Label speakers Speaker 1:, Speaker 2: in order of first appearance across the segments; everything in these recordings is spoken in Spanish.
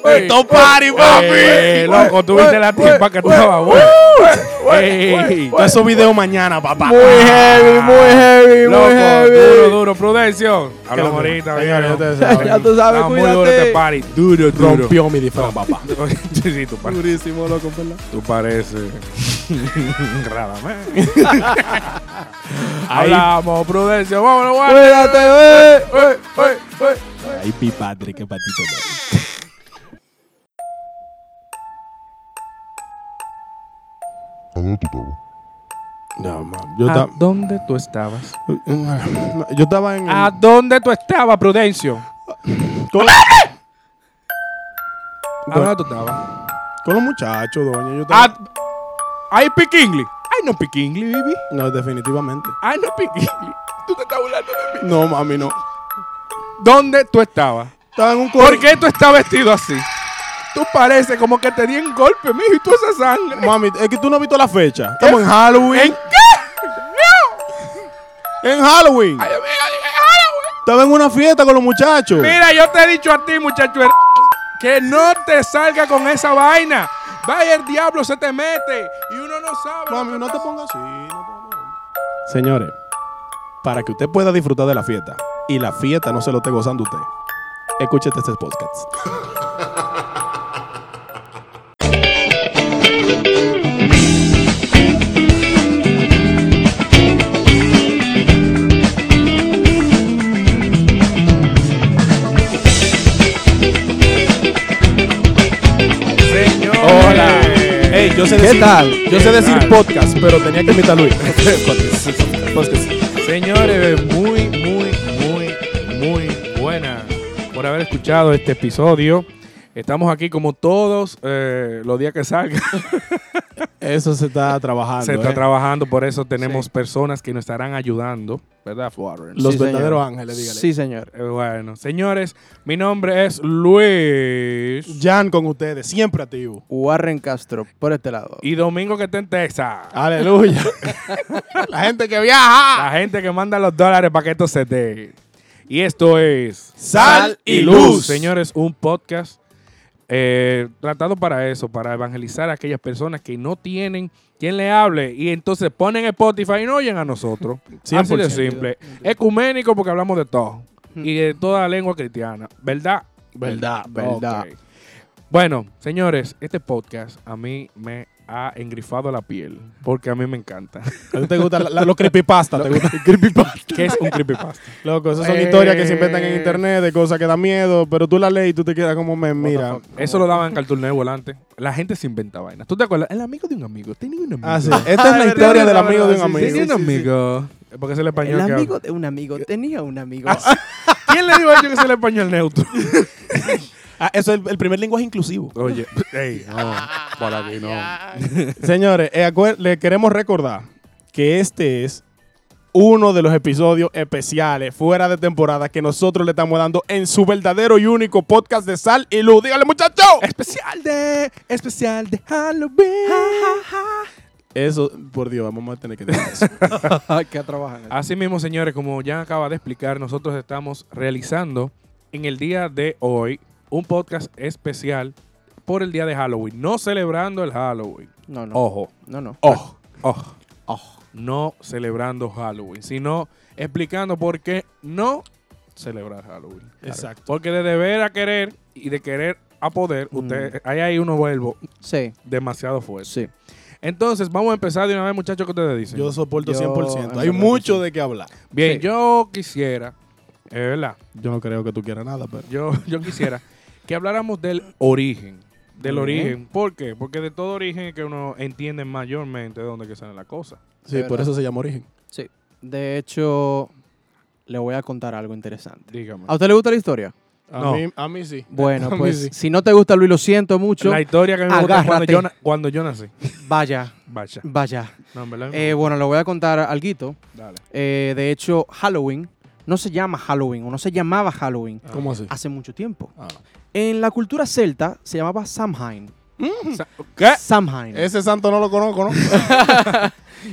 Speaker 1: Pues,
Speaker 2: Esto party, papi.
Speaker 3: Eh, loco, tú viste la tiempa
Speaker 1: pues,
Speaker 3: que Eh, tú estabas, güey. Ey,
Speaker 2: Todos esos videos mañana, papá.
Speaker 1: Muy heavy, muy heavy,
Speaker 3: Ah. Loco, duro,
Speaker 1: muy heavy.
Speaker 3: duro. Prudencio. Hablamos ahorita,
Speaker 2: Señores,
Speaker 3: viejo.
Speaker 2: ustedes saben.
Speaker 1: Ya tú sabes,
Speaker 3: Estaba muy duro este
Speaker 1: cuídate.
Speaker 3: party. Duro, duro.
Speaker 2: Rompió mi disfraz, papá.
Speaker 3: sí, sí, tú, pa-
Speaker 1: Durísimo, loco, ¿verdad?
Speaker 3: tú pareces. Raramente.
Speaker 2: Ahí-
Speaker 3: Hablamos, Prudencio. Vámonos, guay.
Speaker 1: Cuídate, güey.
Speaker 2: Ay, mi padre, qué patito. madre.
Speaker 4: ¿A dónde tú estabas?
Speaker 2: No, man.
Speaker 3: Ah.
Speaker 2: Yo, ta-
Speaker 3: dónde tú estabas?
Speaker 2: yo estaba en.
Speaker 3: ¿A dónde tú estabas, Prudencio?
Speaker 2: con,
Speaker 3: ¿A dónde tú estabas?
Speaker 2: con los muchachos, doña. Yo estaba-
Speaker 3: ¿A... Ay, Piquingli. Ay, Ah, no Piquingli, baby.
Speaker 2: No, definitivamente.
Speaker 3: Ay, no Piquingli. Tú te estás burlando de mí.
Speaker 2: No, mami, no.
Speaker 3: ¿Dónde tú estabas?
Speaker 2: Estaba en un corri-
Speaker 3: ¿Por qué tú estás vestido así? Tú pareces como que te di un golpe, mijo, y tú esa sangre.
Speaker 2: Mami, es que tú no has visto la
Speaker 3: ¿Eh?
Speaker 2: fecha. Estamos en Halloween.
Speaker 3: ¿En qué? ¡No!
Speaker 2: En Halloween.
Speaker 3: Ay, mira, dije, "Halloween".
Speaker 2: Estaba en una fiesta con los muchachos.
Speaker 3: Mira, yo te he dicho a ti, muchacho, er- que no te salga con esa vaina. Vaya, el diablo se te mete y uno no sabe. lo
Speaker 2: Mami,
Speaker 3: que
Speaker 2: no te
Speaker 3: pasa.
Speaker 2: pongas así. no te pongas- Señores, para que usted pueda disfrutar de la fiesta y la fiesta no se lo esté gozando usted, escúchete este podcast.
Speaker 3: Señor.
Speaker 2: Hola. Ey, yo sé decir,
Speaker 1: tal?
Speaker 2: Yo sé
Speaker 3: ¿Qué
Speaker 2: decir
Speaker 3: tal?
Speaker 2: podcast, pero tenía que imitar a Luis. Podcast, podcast.
Speaker 3: Señores, muy, muy, muy, muy buena por haber escuchado este episodio. Estamos aquí como todos eh, los días que salga.
Speaker 2: Eso se está trabajando.
Speaker 3: Se está
Speaker 2: eh.
Speaker 3: trabajando, por eso tenemos personas que nos estarán ayudando, ¿verdad, Warren?
Speaker 2: Los
Speaker 1: Sí,
Speaker 2: verdaderos
Speaker 1: señor.
Speaker 2: ángeles, dígale.
Speaker 1: Sí, señor.
Speaker 3: Eh, Bueno, señores, mi nombre es Luis.
Speaker 2: Jan con ustedes, siempre activo.
Speaker 1: Warren Castro, por este lado.
Speaker 3: Y Domingo que está en Texas.
Speaker 2: Ah. Aleluya. la gente que viaja.
Speaker 3: La gente que manda los dólares para que esto se dé. Y esto es
Speaker 2: Sal y luz.
Speaker 3: Señores, un podcast eh, tratado para eso, para evangelizar a aquellas personas que no tienen quien le hable. Y entonces ponen Spotify y no oyen a nosotros. Así de
Speaker 2: 100%.
Speaker 3: simple. Ecuménico porque hablamos de todo. Y de toda lengua cristiana. ¿Verdad?
Speaker 2: Hmm. Verdad,
Speaker 1: verdad.
Speaker 3: Ok. Bueno, señores, este podcast a mí me ha engrifado la piel porque a mí me encanta.
Speaker 2: ¿A ti te gustan la- la- los creepypasta? ¿Te gustan?
Speaker 3: ¿Qué es un creepypasta?
Speaker 2: Loco, esas son
Speaker 3: Eh.
Speaker 2: historias que se inventan en internet de cosas que dan miedo, pero tú la lees y tú te quedas como, me mira.
Speaker 3: Eso lo daban en Cartoon Network antes. La gente se inventa vainas. ¿Tú te acuerdas? El amigo de un amigo. Tenía un amigo.
Speaker 2: Ah, sí. Esta es la historia del amigo de un amigo.
Speaker 3: Tenía un amigo. Porque es el español
Speaker 1: El
Speaker 3: que habla. Ah,
Speaker 1: amigo de un amigo tenía un amigo.
Speaker 3: ¿Quién le dijo a ellos que es el español neutro?
Speaker 2: Ah, eso es el, el primer lenguaje inclusivo.
Speaker 3: Oye, ey, no. Para mí no.
Speaker 2: Señores, eh, acuer- le queremos recordar que este es uno de los episodios especiales fuera de temporada que nosotros le estamos dando en su verdadero y único podcast de Sal y Luz. Dígale, muchacho.
Speaker 3: Especial de. Especial de Halloween.
Speaker 2: Eso, por Dios, vamos a tener que decir eso.
Speaker 1: Ah, que trabajan.
Speaker 3: Así mismo, señores, como ya acaba de explicar, nosotros estamos realizando en el día de hoy un podcast especial por el día de Halloween, no celebrando el Halloween.
Speaker 1: No, no.
Speaker 3: Ojo,
Speaker 1: No, Ah, no.
Speaker 3: ojo, ojo.
Speaker 1: Ojo.
Speaker 3: No celebrando Halloween, sino explicando por qué no celebrar Halloween.
Speaker 2: Exacto.
Speaker 3: Porque de deber a querer y de querer a
Speaker 1: Mm.
Speaker 3: poder, usted, ahí hay uno vuelvo
Speaker 1: Sí,
Speaker 3: demasiado fuerte.
Speaker 1: sí.
Speaker 3: Entonces, vamos a empezar de una vez, muchachos, ¿qué ustedes dicen?
Speaker 2: Yo soporto
Speaker 1: Yo,
Speaker 2: 100%. Hay
Speaker 1: en verdad
Speaker 2: mucho
Speaker 1: que sí.
Speaker 2: de qué hablar.
Speaker 3: Bien,
Speaker 1: Sí.
Speaker 3: yo quisiera, es verdad,
Speaker 2: Yo no creo que tú quieras nada, pero...
Speaker 3: Yo, yo quisiera que habláramos del origen. Del
Speaker 1: Bien.
Speaker 3: origen. ¿Por qué? Porque de todo origen es que uno entiende mayormente de dónde que salen las cosas.
Speaker 2: Sí, por
Speaker 1: verdad.
Speaker 2: eso se llama Origen.
Speaker 1: Sí. De hecho, le voy a contar algo interesante.
Speaker 3: Dígame.
Speaker 1: ¿A usted le gusta la historia?
Speaker 2: A,
Speaker 3: No.
Speaker 2: mí, a mí sí.
Speaker 1: Bueno,
Speaker 2: A mí
Speaker 1: pues
Speaker 2: sí.
Speaker 1: si no te gusta, Luis, lo siento mucho.
Speaker 3: La historia que me gusta cuando
Speaker 1: agárrate.
Speaker 3: yo, na- cuando yo nací.
Speaker 1: Vaya,
Speaker 3: Vaya.
Speaker 1: vaya.
Speaker 3: No, en verdad.
Speaker 1: Eh, bueno, le voy a contar algo.
Speaker 3: Dale.
Speaker 1: de hecho, Halloween no se llama Halloween o no se llamaba Halloween
Speaker 3: Ah,
Speaker 2: ¿Cómo así?
Speaker 1: hace mucho tiempo.
Speaker 2: Ah.
Speaker 1: En la cultura celta se llamaba Samhain.
Speaker 3: Sa- ¿Qué?
Speaker 1: Samhain.
Speaker 2: Ese santo no lo conozco, ¿no?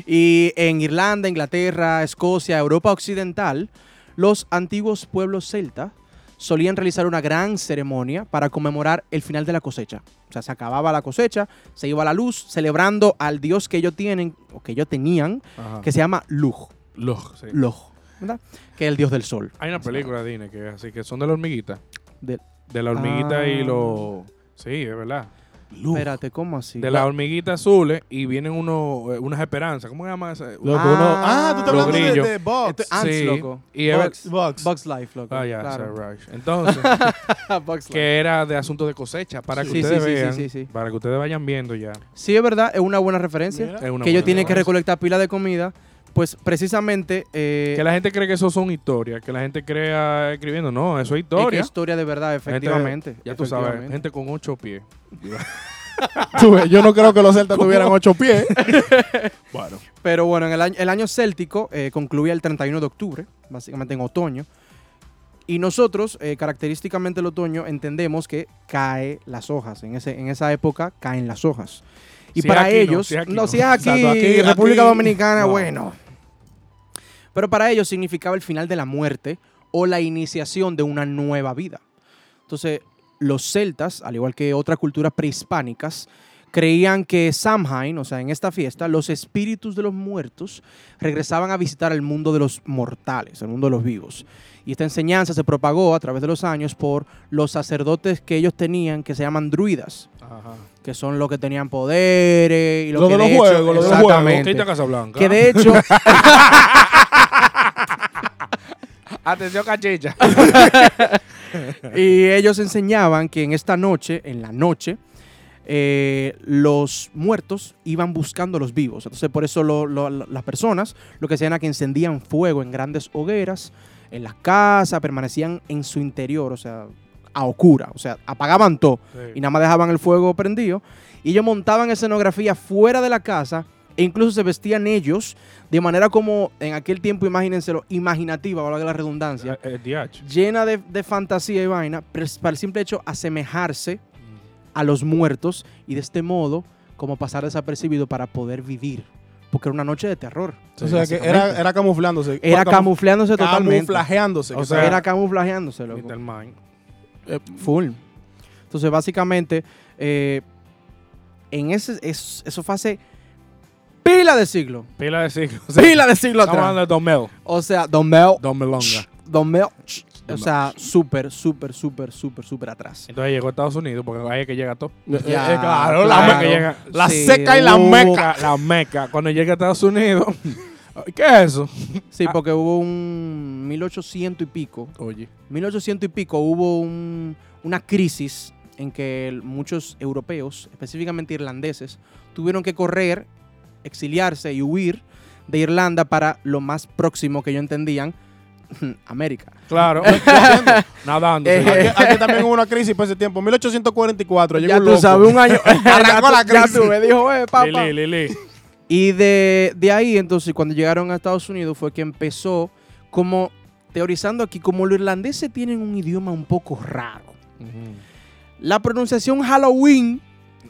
Speaker 1: Y en Irlanda, Inglaterra, Escocia, Europa Occidental, los antiguos pueblos celtas solían realizar una gran ceremonia para conmemorar el final de la cosecha. O sea, se acababa la cosecha, se iba la luz, celebrando al dios que ellos tienen, o que ellos tenían,
Speaker 3: Ajá.
Speaker 1: que se llama Luj.
Speaker 3: Loj, sí.
Speaker 1: Loj, ¿verdad? Que es el dios del sol.
Speaker 3: Hay una película de Disney que es así, que son de la hormiguita.
Speaker 1: De-
Speaker 3: De la hormiguita
Speaker 1: Ah.
Speaker 3: y los... Sí, es verdad.
Speaker 1: Espérate, ¿cómo así?
Speaker 3: De las hormiguitas azules y vienen uno, eh, unas esperanzas. ¿Cómo se llama esa?
Speaker 2: Loco,
Speaker 1: Ah,
Speaker 2: uno- ah, tú estás
Speaker 3: los
Speaker 2: hablando de,
Speaker 3: grillos.
Speaker 2: de Bugs.
Speaker 1: Esto- Ants, loco.
Speaker 3: Y es-
Speaker 1: Bugs.
Speaker 2: Bugs.
Speaker 1: Bugs Life, loco.
Speaker 3: Ah, ya,
Speaker 1: claro.
Speaker 3: Sarah Rush. Entonces,
Speaker 1: Bugs Life.
Speaker 3: que era de asunto de cosecha, para que
Speaker 1: Sí,
Speaker 3: ustedes
Speaker 1: sí, sí, sí,
Speaker 3: vean,
Speaker 1: sí, sí.
Speaker 3: para que ustedes vayan viendo ya.
Speaker 1: Sí, es verdad, es una buena referencia.
Speaker 2: Mira.
Speaker 3: Es una
Speaker 1: que ellos
Speaker 3: buena
Speaker 1: tienen que
Speaker 3: referencia.
Speaker 1: recolectar pila de comida. Pues precisamente. eh,
Speaker 3: Que la gente cree que eso son historias, que la gente crea escribiendo. No, eso es
Speaker 1: es que
Speaker 3: historia.
Speaker 1: historia de verdad,
Speaker 3: La gente-
Speaker 1: efectivamente.
Speaker 3: ya tú sabes,
Speaker 1: efectivamente.
Speaker 3: gente con ocho pies.
Speaker 1: Este,
Speaker 2: Tú ves, yo no creo que los celtas tuvieran ocho pies. bueno.
Speaker 1: Pero bueno, en el año, el año céltico eh, concluía el 31 de octubre, básicamente en otoño. Y nosotros, eh, característicamente el otoño, entendemos que cae las hojas. En, ese, en esa época caen las hojas. Y
Speaker 3: Si es
Speaker 1: para
Speaker 3: aquí, no,
Speaker 1: ellos,
Speaker 3: si es aquí,
Speaker 1: no,
Speaker 3: no.
Speaker 1: si es aquí,
Speaker 2: Exacto, aquí,
Speaker 1: República
Speaker 2: aquí,
Speaker 1: Dominicana,
Speaker 3: no.
Speaker 1: bueno. Pero para ellos significaba el final de la muerte o la iniciación de una nueva vida. Entonces, los celtas, al igual que otras culturas prehispánicas, creían que Samhain, o sea, en esta fiesta, los espíritus de los muertos regresaban a visitar el mundo de los mortales, el mundo de los vivos. Y esta enseñanza se propagó a través de los años por los sacerdotes que ellos tenían, que se llaman druidas,
Speaker 3: Ajá.
Speaker 1: que son los que tenían poderes y los
Speaker 2: Lo
Speaker 1: que
Speaker 2: de los
Speaker 1: hecho-
Speaker 2: juegos, lo de los juegos.
Speaker 1: exactamente.
Speaker 3: Quita Casablanca.
Speaker 1: que de hecho,
Speaker 3: Atención, cachicha.
Speaker 1: y ellos enseñaban que en esta noche, en la noche, eh, los muertos iban buscando a los vivos. Entonces, por eso lo- lo- lo- las personas lo que hacían era que encendían fuego en grandes hogueras, en las casas, permanecían en su interior, o sea, a oscura, o sea, apagaban todo y nada más dejaban el fuego prendido. Y ellos montaban escenografía fuera de la casa e incluso se vestían ellos de manera como en aquel tiempo, imagínenselo, imaginativa, valga la redundancia
Speaker 3: Eh, eh, DH.
Speaker 1: llena de, de fantasía y vaina, pero es para el simple hecho asemejarse a los muertos y de este modo como pasar desapercibido para poder vivir. Porque era una noche de terror.
Speaker 2: O sea, que era,
Speaker 1: básicamente.
Speaker 2: era camuflándose.
Speaker 1: Era
Speaker 2: Camu-
Speaker 1: camuflándose totalmente.
Speaker 2: Camuflajeándose.
Speaker 3: O
Speaker 2: que
Speaker 3: sea,
Speaker 1: era camuflajeándose, loco.
Speaker 3: Little Mind.
Speaker 1: Full. Entonces, básicamente, eh, en ese, es- eso fue hace pila de siglo.
Speaker 3: Pila de siglo.
Speaker 1: Pila de siglo
Speaker 3: Estamos hablando de
Speaker 1: atrás.
Speaker 3: Don Mel.
Speaker 1: O sea, Don Mel.
Speaker 3: Don Melonga.
Speaker 1: Don Mel. O
Speaker 3: Don
Speaker 1: sea, súper, súper, súper, súper, súper atrás.
Speaker 3: Entonces llegó a Estados Unidos porque ahí es que llega todo.
Speaker 2: Eh, eh,
Speaker 1: Ya,
Speaker 2: claro, la
Speaker 3: Ahí es
Speaker 1: claro.
Speaker 3: que llega
Speaker 2: La
Speaker 1: Sí,
Speaker 2: seca y la
Speaker 1: hubo-
Speaker 2: meca.
Speaker 3: la meca. Cuando llega a Estados Unidos. ¿Qué es eso?
Speaker 1: Sí,
Speaker 3: Ah.
Speaker 1: porque hubo un 1800 y pico.
Speaker 3: Oye.
Speaker 1: 1800 y pico hubo un- una crisis en que el- muchos europeos, específicamente irlandeses, tuvieron que correr, exiliarse y huir de Irlanda para lo más próximo que ellos entendían, América.
Speaker 3: Claro. Nadando.
Speaker 1: Eh,
Speaker 3: señor.
Speaker 2: Aquí, aquí también hubo una crisis por ese tiempo. 1844 llegó
Speaker 1: ya
Speaker 2: un
Speaker 1: tú
Speaker 2: loco.
Speaker 1: sabes, un año.
Speaker 2: Arrancó la
Speaker 1: Ya
Speaker 2: crisis.
Speaker 1: tú me dijo, eh, papá.
Speaker 3: Lili, Lili.
Speaker 1: Y de, de ahí, entonces, cuando llegaron a Estados Unidos, fue que empezó como teorizando aquí, como los irlandeses tienen un idioma un poco raro. La pronunciación Halloween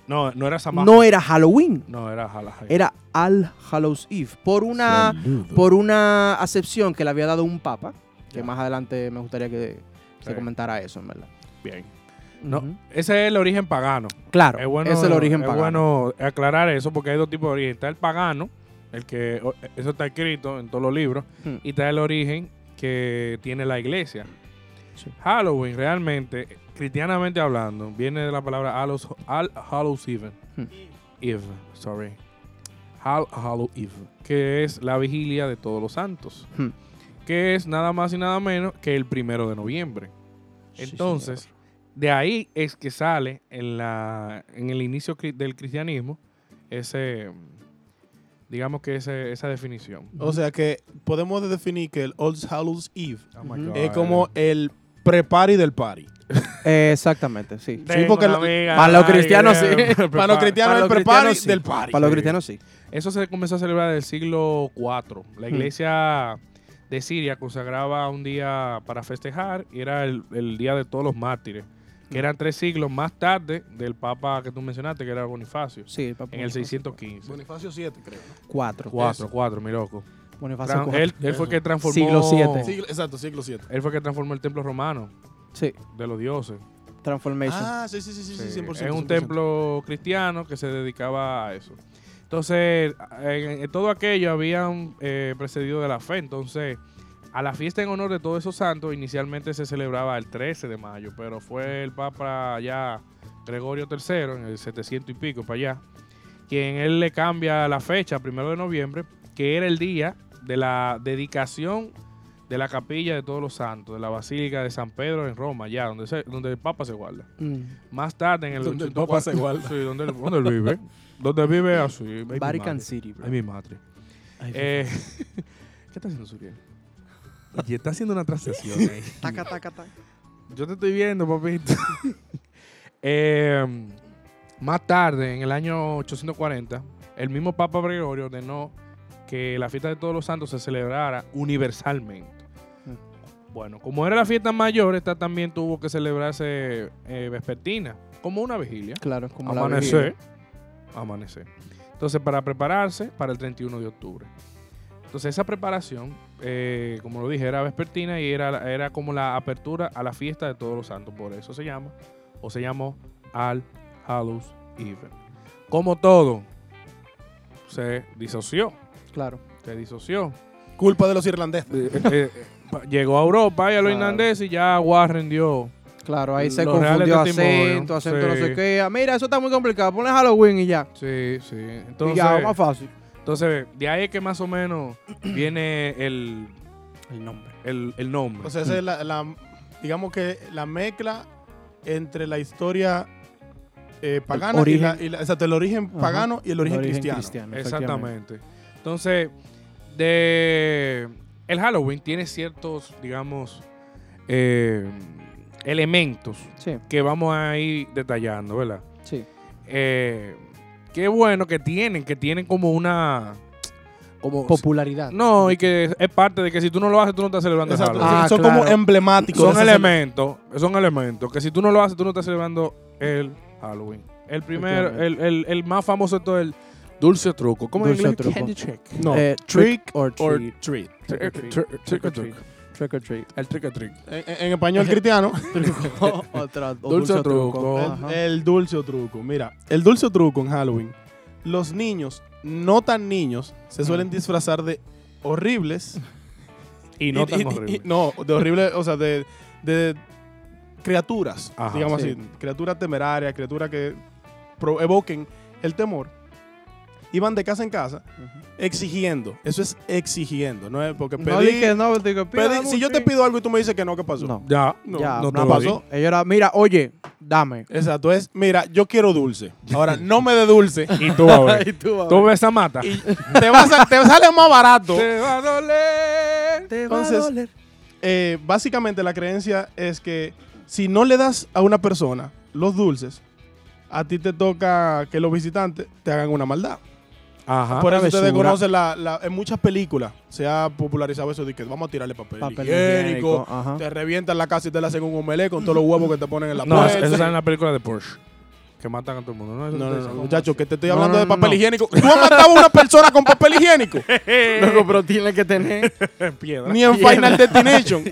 Speaker 3: No, no era Samá.
Speaker 1: no era Halloween,
Speaker 3: No, era Jala.
Speaker 1: era Al Hallows Eve, por una, por una acepción que le había dado un papa, que
Speaker 3: Ya.
Speaker 1: más adelante me gustaría que se
Speaker 3: Sí.
Speaker 1: comentara eso, en verdad.
Speaker 3: Bien. No,
Speaker 1: Ujú.
Speaker 3: Ese es el origen pagano.
Speaker 1: Claro,
Speaker 3: Es bueno,
Speaker 1: ese es el origen
Speaker 3: es
Speaker 1: pagano.
Speaker 3: bueno aclarar eso porque hay dos tipos de origen. Está el pagano, el que o- eso está escrito en todos los libros,
Speaker 1: Hmm.
Speaker 3: y está el origen que tiene la iglesia.
Speaker 1: Sí.
Speaker 3: Halloween realmente, cristianamente hablando, viene de la palabra Hallows, All Hallows Eve.
Speaker 1: Hmm.
Speaker 3: Eve, sorry. Hall, Hallow Eve, que es la vigilia de todos los santos,
Speaker 1: Hmm.
Speaker 3: que es nada más y nada menos que el primero de noviembre.
Speaker 1: Sí,
Speaker 3: Entonces,
Speaker 1: señor.
Speaker 3: de ahí es que sale en, la, en el inicio cri- del cristianismo ese, digamos que ese- esa definición.
Speaker 2: O sea que podemos definir que el Old Hallows Eve
Speaker 3: Oh
Speaker 1: Ah, my God.
Speaker 2: es como el pre-party del party.
Speaker 1: Eh, exactamente, sí.
Speaker 2: Sí, porque lo-
Speaker 1: para los cristianos sí.
Speaker 2: Para
Speaker 1: Para
Speaker 2: los cristianos, el
Speaker 1: los
Speaker 2: pre-party
Speaker 1: cristianos, sí.
Speaker 2: del party.
Speaker 1: Para los
Speaker 3: Sí.
Speaker 1: cristianos sí.
Speaker 3: Eso se comenzó a celebrar del siglo IV. La
Speaker 1: Hmm.
Speaker 3: iglesia de Siria consagraba un día para festejar y era el, el día de todos los mártires,
Speaker 1: Hmm.
Speaker 3: que eran tres siglos más tarde del papa que tú mencionaste, que era Bonifacio,
Speaker 1: Sí, el Papa
Speaker 3: en el
Speaker 1: Bonifacio.
Speaker 3: 615.
Speaker 2: Bonifacio 7, creo.
Speaker 1: Cuatro.
Speaker 3: Cuatro, cuatro, mi loco.
Speaker 1: Bonifacio
Speaker 3: Tran-
Speaker 1: cuatro.
Speaker 3: él, él fue
Speaker 2: Eso.
Speaker 3: que transformó.
Speaker 1: Siglo VII.
Speaker 2: exacto, siglo 7.
Speaker 3: Él fue que transformó el templo romano.
Speaker 1: Sí,
Speaker 3: de los dioses.
Speaker 1: Transformation.
Speaker 2: Ah, sí, sí, sí, sí, sí,
Speaker 3: Sí,
Speaker 2: 100%.
Speaker 3: es un
Speaker 2: 100%.
Speaker 3: templo cristiano que se dedicaba a eso. Entonces, en- en todo aquello habían eh, precedido de la fe. Entonces, a la fiesta en honor de todos esos santos, inicialmente se celebraba el 13 de mayo, pero fue el Papa ya Gregorio III, en el 700 y pico para allá, quien él le cambia la fecha, primero de noviembre, que era el día de la dedicación de la capilla de todos los santos, de la Basílica de San Pedro en Roma, allá donde, se- donde el Papa se guarda.
Speaker 1: Mm.
Speaker 3: Más tarde en el
Speaker 2: Donde el
Speaker 3: 804.
Speaker 2: Papa se guarda.
Speaker 3: Sí, donde, él- donde él vive. donde él vive así. ay, mi
Speaker 1: Vatican
Speaker 3: madre.
Speaker 1: City, bro.
Speaker 3: Ay, mi madre.
Speaker 1: Ay,
Speaker 3: Eh, ¿Qué está haciendo Suriel? Oye, está haciendo una transacción ahí.
Speaker 1: Taca, taca, taca.
Speaker 3: Yo te estoy viendo, papito. Eh, más tarde, en el año 840, el mismo Papa Gregorio ordenó que la fiesta de todos los santos se celebrara universalmente. Bueno, como era la fiesta mayor, esta también tuvo que celebrarse eh, vespertina, como una vigilia.
Speaker 1: Claro, como la
Speaker 3: Amanecer. Amanecer. Entonces, para prepararse para el 31 de octubre. Entonces, esa preparación, eh, como lo dije, era vespertina y era, era como la apertura a la fiesta de todos los santos. Por eso se llama, o se llamó Al Hallows Even. Como todo, se disoció.
Speaker 1: bebida. Claro.
Speaker 3: Se disoció.
Speaker 2: Culpa de los irlandeses.
Speaker 3: Eh, eh, pa- Llegó a Europa y a los
Speaker 1: Claro.
Speaker 3: irlandeses y ya Warren dio.
Speaker 1: Claro, ahí se
Speaker 3: Los reales
Speaker 1: confundió
Speaker 3: testimonios,
Speaker 1: acento, acento no
Speaker 3: sí.
Speaker 1: sé qué. Ah, Mira, eso está muy complicado. Ponle Halloween y ya.
Speaker 3: Sí, sí. Entonces,
Speaker 1: y ya, más fácil.
Speaker 3: Entonces, de ahí es que más o menos viene el,
Speaker 1: El nombre.
Speaker 3: el, el nombre.
Speaker 2: O sea, esa es la, la- digamos que la mezcla entre la historia eh, pagana y,
Speaker 1: origen.
Speaker 2: la, y la- exacto, el origen
Speaker 1: Ajá.
Speaker 2: pagano y el origen, cristiano.
Speaker 1: efectivamente.
Speaker 3: Exactamente. Entonces, de el Halloween tiene ciertos, digamos, eh, elementos que vamos a ir detallando, ¿verdad?
Speaker 1: Sí, sí.
Speaker 3: Eh, qué bueno que tienen, que tienen como una... Como,
Speaker 1: Popularidad.
Speaker 3: no, y que es parte de que si tú no lo haces, tú no estás celebrando el
Speaker 2: Exacto.
Speaker 3: Halloween.
Speaker 1: Ah,
Speaker 2: son
Speaker 1: claro.
Speaker 2: como emblemáticos.
Speaker 3: son
Speaker 2: de esa-
Speaker 3: elementos, son elementos que si tú no lo haces, tú no estás celebrando el Halloween. El primero, el,
Speaker 1: Efectivamente.
Speaker 3: el- el más famoso de todo el dulce o truco. ¿Cómo en
Speaker 1: Dulce o
Speaker 3: inglés?
Speaker 1: truco.
Speaker 3: Candy trick.
Speaker 2: No.
Speaker 1: Eh,
Speaker 2: trick
Speaker 1: or
Speaker 2: or
Speaker 1: treat.
Speaker 2: treat.
Speaker 1: Trick or treat.
Speaker 3: Tr- Trick or
Speaker 1: Trick
Speaker 3: trick.
Speaker 1: or Trick or treat.
Speaker 3: El trick or trick.
Speaker 2: En, en español cristiano,
Speaker 1: Truco. Otra, o
Speaker 3: Dulce o truco.
Speaker 2: el,
Speaker 1: Ajá.
Speaker 2: el dulce o truco. Mira, el dulce o truco en Halloween, los niños, no tan niños, se suelen disfrazar de horribles.
Speaker 3: Y no tan horrible.
Speaker 2: y- no, de horrible, o sea, de, de criaturas,
Speaker 3: Ajá,
Speaker 2: digamos
Speaker 1: sí.
Speaker 2: así, criaturas temerarias, criaturas que pro- evoquen el temor. Y van de casa en casa exigiendo. Eso es exigiendo, ¿no? es Porque
Speaker 1: No
Speaker 2: pedí,
Speaker 1: dije no, digo, pida
Speaker 2: pedí-
Speaker 1: dame
Speaker 2: si
Speaker 1: un
Speaker 2: yo te
Speaker 1: drink.
Speaker 2: pido algo y tú me dices que no, ¿qué pasó?
Speaker 1: No,
Speaker 3: ya.
Speaker 2: No,
Speaker 1: ya, no,
Speaker 2: no te lo
Speaker 1: pasó. Ella era, mira, oye, dame.
Speaker 2: Exacto, es, mira, yo quiero dulce. Ahora, no me dé dulce.
Speaker 3: Y tú, a ver.
Speaker 1: Y tú, a
Speaker 3: tú
Speaker 1: ver.
Speaker 3: ves esa mata.
Speaker 2: y te, vas a- te sale más barato.
Speaker 3: Te va a doler.
Speaker 1: Te va a
Speaker 2: Entonces,
Speaker 1: doler.
Speaker 2: Eh, básicamente la creencia es que si no le das a una persona los dulces, a ti te toca que los visitantes te hagan una maldad.
Speaker 3: Ajá.
Speaker 2: Por
Speaker 1: una
Speaker 2: eso ustedes
Speaker 1: mesura.
Speaker 2: conocen la, la- en muchas películas se ha popularizado eso de que vamos a tirarle papel,
Speaker 1: Papel
Speaker 2: higiénico,
Speaker 1: higiénico, ajá.
Speaker 2: te revientan la casa y te la hacen un omelé con todos los huevos que te ponen en la
Speaker 3: no, eso
Speaker 2: puerta.
Speaker 3: eso sale en la película de Porsche. Que matan a todo el mundo. No, Eso
Speaker 2: Pues,
Speaker 3: te
Speaker 2: No, no,
Speaker 3: dicen
Speaker 2: no,
Speaker 3: como
Speaker 2: muchachos,
Speaker 3: así.
Speaker 2: que te estoy
Speaker 1: No,
Speaker 2: hablando
Speaker 1: no,
Speaker 2: de
Speaker 1: no,
Speaker 2: papel
Speaker 1: no.
Speaker 2: higiénico. ¿Tú has matado a una persona con papel higiénico?
Speaker 1: Loco, pero tiene que tener.
Speaker 3: piedra.
Speaker 2: Ni en Final Destination.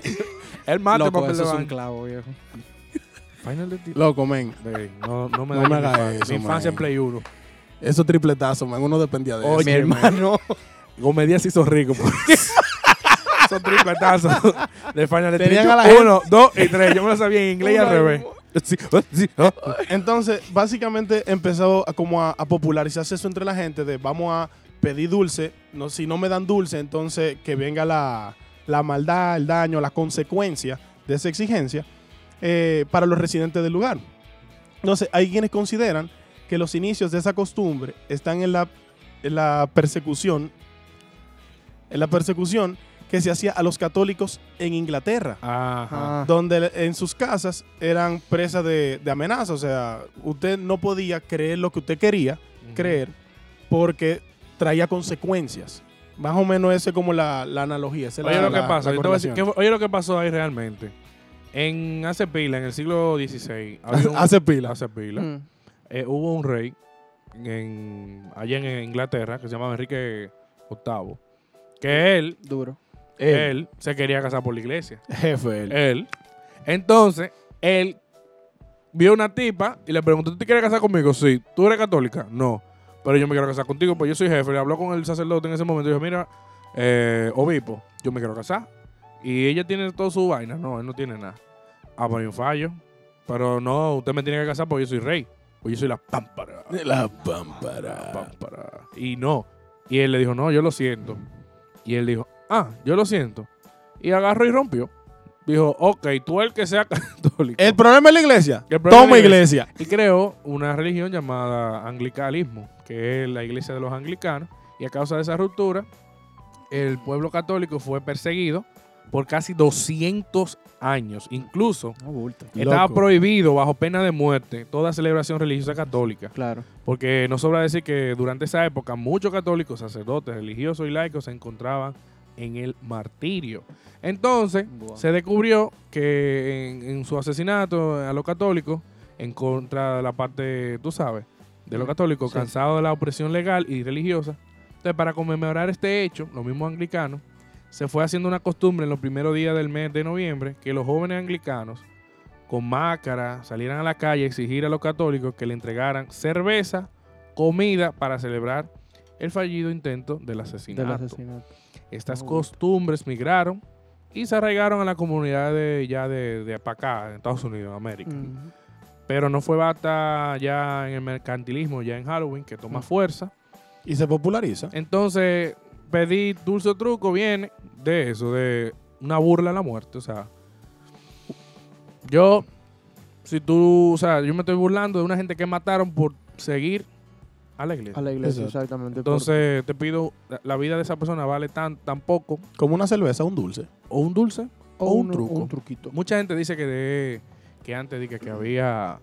Speaker 3: Él mata
Speaker 1: Loco,
Speaker 3: papel
Speaker 1: eso
Speaker 3: de
Speaker 1: es un
Speaker 3: baño.
Speaker 1: clavo, viejo.
Speaker 3: Final Destination.
Speaker 2: Loco, men.
Speaker 3: Ey, No, no me
Speaker 2: No
Speaker 3: da
Speaker 2: me
Speaker 3: mi
Speaker 2: hagas
Speaker 3: infancia.
Speaker 2: eso,
Speaker 3: Mi infancia
Speaker 2: man.
Speaker 3: en Play 1.
Speaker 2: Eso tripletazos, man. Uno dependía de
Speaker 3: Oye,
Speaker 2: eso.
Speaker 1: Mi hermano.
Speaker 3: Gómez Díaz se hizo rico. por eso. Son tripletazos de Final
Speaker 2: Tenían
Speaker 3: Destination.
Speaker 2: a la gente-
Speaker 3: Uno, dos y tres. Yo me lo sabía en inglés y al
Speaker 2: Una-
Speaker 3: revés. Sí, oh, sí, oh.
Speaker 2: Entonces, básicamente empezó a, como a, a popularizarse eso entre la gente de vamos a pedir dulce, no, si no me dan dulce, entonces que venga la, la maldad, el daño, la consecuencia de esa exigencia eh, para los residentes del lugar. Entonces, hay quienes consideran que los inicios de esa costumbre están en la, en la persecución, en la persecución que se hacía a los católicos en Inglaterra
Speaker 3: Ajá.
Speaker 1: Ah,
Speaker 2: donde le- en sus casas eran presas de, de amenazas. O sea, usted no podía creer lo que usted quería creer porque traía consecuencias. Más o menos esa es como la, la analogía. esa es
Speaker 3: Oye
Speaker 2: la-
Speaker 3: lo que
Speaker 2: la-
Speaker 3: pasa.
Speaker 2: la
Speaker 3: yo te voy a decir
Speaker 2: correlación.
Speaker 3: que- oye lo que pasó ahí realmente. En hace pila, en el siglo XVI. había un-
Speaker 2: Hace pila.
Speaker 3: Hace pila.
Speaker 1: mm,
Speaker 3: Eh, hubo un rey en, allá en Inglaterra que se llamaba Enrique VIII. Que él,
Speaker 1: duro.
Speaker 2: Él,
Speaker 3: él se quería casar por la iglesia.
Speaker 2: jefe, él.
Speaker 3: Él. Entonces, él vio una tipa y le preguntó, ¿tú te quieres casar conmigo? Sí. ¿Tú eres católica? No. Pero yo me quiero casar contigo, pues yo soy jefe. Le habló con el sacerdote en ese momento y dijo, mira, eh, obispo, yo me quiero casar. Y ella tiene toda su vaina. No, él no tiene nada. Ah, pues hay un fallo. Pero no, usted me tiene que casar porque yo soy rey. Porque yo soy la pámpara.
Speaker 2: La pámpara.
Speaker 3: Pámpara. Y no. Y él le dijo, no, yo lo siento. Y él dijo, ah, yo lo siento. Y agarró y rompió. Dijo, ok, tú el que sea católico.
Speaker 2: El problema es la iglesia.
Speaker 3: El problema
Speaker 2: Toma
Speaker 3: es la
Speaker 2: iglesia.
Speaker 3: Y creó una religión llamada anglicalismo, que es la iglesia de los anglicanos. Y a causa de esa ruptura, el pueblo católico fue perseguido por casi 200 años. Incluso
Speaker 1: No, bulto.
Speaker 3: estaba
Speaker 2: Loco.
Speaker 3: prohibido, bajo pena de muerte, toda celebración religiosa católica.
Speaker 1: Claro.
Speaker 3: Porque no sobra decir que durante esa época muchos católicos, sacerdotes, religiosos y laicos se encontraban en el martirio. Entonces,
Speaker 1: Buah.
Speaker 3: se descubrió que en, en su asesinato a los católicos, en contra de la parte, tú sabes, de los católicos,
Speaker 1: Sí.
Speaker 3: cansados de la opresión legal y religiosa. Entonces, para conmemorar este hecho, los mismos anglicanos, se fue haciendo una costumbre en los primeros días del mes de noviembre que los jóvenes anglicanos con máscara salieran a la calle a exigir a los católicos que le entregaran cerveza, comida para celebrar el fallido intento del
Speaker 1: Del
Speaker 3: asesinato.
Speaker 1: asesinato.
Speaker 3: Estas
Speaker 1: Oh.
Speaker 3: costumbres migraron y se arraigaron a la comunidad de, ya de, de pa' acá, en Estados Unidos, en América.
Speaker 1: Mm.
Speaker 3: Pero no fue bata ya en el mercantilismo, ya en Halloween, que toma
Speaker 1: Mm.
Speaker 3: fuerza.
Speaker 2: Y se populariza.
Speaker 3: Entonces, pedí dulce o truco, viene de eso, de una burla a la muerte. O sea, yo, si tú, o sea, yo me estoy burlando de una gente que mataron por seguir a la iglesia.
Speaker 1: A la iglesia,
Speaker 2: Exacto.
Speaker 1: exactamente. por-
Speaker 3: Entonces, te pido, la- la vida de esa persona vale tan, tan poco,
Speaker 2: Como una cerveza, un dulce.
Speaker 3: o un dulce, o, un, truco.
Speaker 1: Un truquito.
Speaker 3: Mucha gente dice que de, que antes dije que había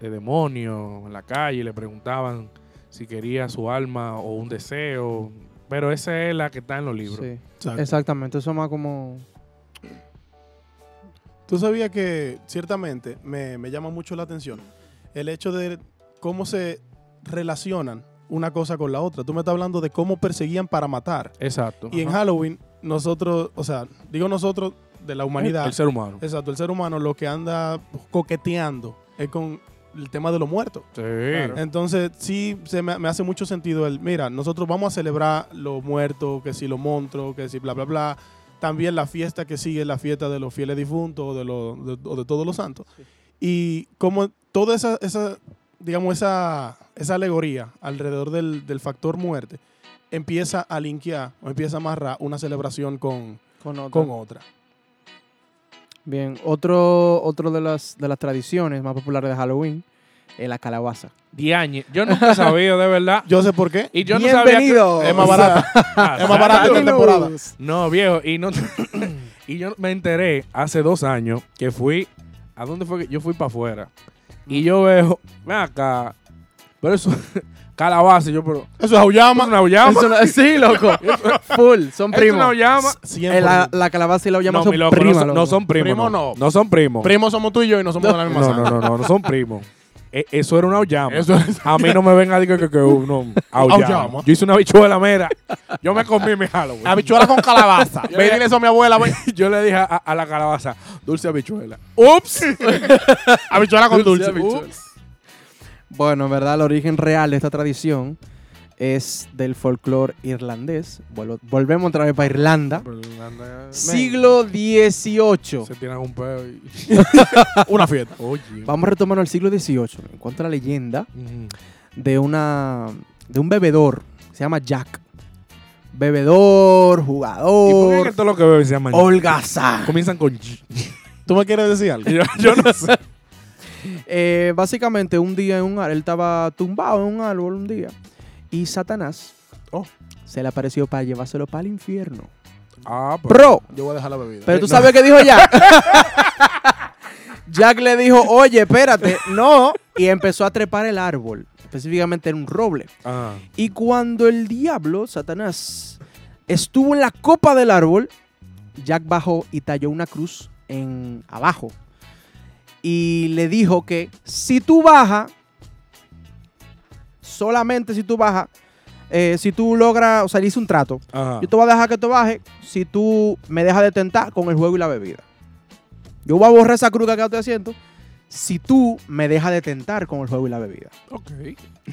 Speaker 3: eh, demonios en la calle y le preguntaban si quería su alma o un deseo. Pero esa es la que está en los libros.
Speaker 1: Sí.
Speaker 2: Exacto.
Speaker 1: Exactamente. Eso es más como.
Speaker 2: Tú sabías que ciertamente me, me llama mucho la atención el hecho de cómo se relacionan una cosa con la otra. Tú me estás hablando de cómo perseguían para matar.
Speaker 3: Exacto.
Speaker 2: Y en
Speaker 3: Ajá.
Speaker 2: Halloween, nosotros, o sea, digo nosotros de la humanidad,
Speaker 3: El ser humano.
Speaker 2: exacto, el ser humano lo que anda coqueteando es con el tema de los muertos.
Speaker 3: Sí.
Speaker 2: Entonces, sí, se me, me hace mucho sentido el, mira, nosotros vamos a celebrar los muertos, que si los monstruos, que si bla, bla, bla. También la fiesta que sigue, la fiesta de los fieles difuntos o de, los, de- o de todos los santos. Y como toda esa, esa digamos, esa, esa alegoría alrededor del, del factor muerte empieza a linkear o empieza a amarrar una celebración con,
Speaker 1: Con otra.
Speaker 2: con otra.
Speaker 1: Bien, otro, otro de, las, de las tradiciones más populares de Halloween es la calabaza.
Speaker 3: Diañe. Yo nunca sabía, de verdad.
Speaker 2: Yo sé por qué.
Speaker 3: Y yo no
Speaker 1: Bienvenido.
Speaker 3: sabía.
Speaker 2: Es más barata.
Speaker 3: barata.
Speaker 2: es más barata que la
Speaker 1: Saludos.
Speaker 2: temporada.
Speaker 3: No, viejo. Y, no y yo me enteré hace dos años que fui. ¿A dónde fue que yo fui para afuera? Y yo veo. Ven acá. Pero eso. Calabaza. Y yo, pero.
Speaker 2: Eso es Auyama.
Speaker 3: ¿Es una llama?
Speaker 1: Eso no- sí, loco. Full, son
Speaker 3: ¿Es una
Speaker 1: primos.
Speaker 3: llama?
Speaker 1: Eh, la, la calabaza y la
Speaker 3: No,
Speaker 1: llama
Speaker 3: mi
Speaker 1: son
Speaker 3: loco,
Speaker 1: primas.
Speaker 3: no, son- no
Speaker 1: loco.
Speaker 3: son primos.
Speaker 2: Primo
Speaker 3: no.
Speaker 2: no.
Speaker 3: No son primos.
Speaker 2: Primos somos tú y yo y no somos de la misma
Speaker 3: no,
Speaker 2: sangre.
Speaker 3: no, no, no, no son primos. E- eso era una auyama.
Speaker 2: Eso es-
Speaker 3: A mí no me venga a decir que, que, que uno auyama.
Speaker 2: Auyama.
Speaker 3: Yo hice una bichuela, mera. Yo me comí mi Halloween.
Speaker 2: Habichuela con calabaza.
Speaker 3: Ve, dile
Speaker 2: eso a mi abuela.
Speaker 3: Yo le dije a, a la calabaza, dulce habichuela. ¡Ups!
Speaker 2: Habichuela con
Speaker 3: Dulce
Speaker 2: dulce.
Speaker 3: habichuela.
Speaker 1: Bueno, en verdad, el origen real de esta tradición es del folclore irlandés. Vuelvo- volvemos otra vez para Irlanda. Siglo XVIII.
Speaker 3: Se tiran un pedo y...
Speaker 2: Una fiesta.
Speaker 3: Oye.
Speaker 1: Vamos retomando al siglo XVIII. En cuanto a la leyenda de una de un bebedor, se llama Jack. Bebedor,
Speaker 3: ¿Y por qué es
Speaker 1: jugador,
Speaker 3: que todo lo que beben se llama
Speaker 1: holgazán.
Speaker 3: Comienzan con G.
Speaker 2: ¿Tú me quieres decir algo?
Speaker 3: Yo, yo no sé.
Speaker 1: Eh, básicamente, un día en un ar- él estaba tumbado en un árbol un día y Satanás
Speaker 3: Oh.
Speaker 1: se le apareció para llevárselo para el infierno.
Speaker 3: Ah, pero...
Speaker 1: Bro,
Speaker 2: Yo voy a dejar la bebida.
Speaker 3: Eh,
Speaker 1: pero tú sabes qué dijo Jack. Jack le dijo, oye, espérate, no. Y empezó a trepar el árbol, específicamente en un roble.
Speaker 3: Ah.
Speaker 1: Y cuando el diablo, Satanás, estuvo en la copa del árbol, Jack bajó y talló una cruz en abajo. Y le dijo que si tú bajas, solamente si tú bajas, eh, si tú logras, o sea, le hice un trato.
Speaker 3: Ajá.
Speaker 1: Yo te voy a dejar que te bajes si tú me dejas de tentar con el juego y la bebida. Yo voy a borrar esa cruz que acá estoy haciendo si tú me dejas de tentar con el juego y la bebida.
Speaker 3: Ok.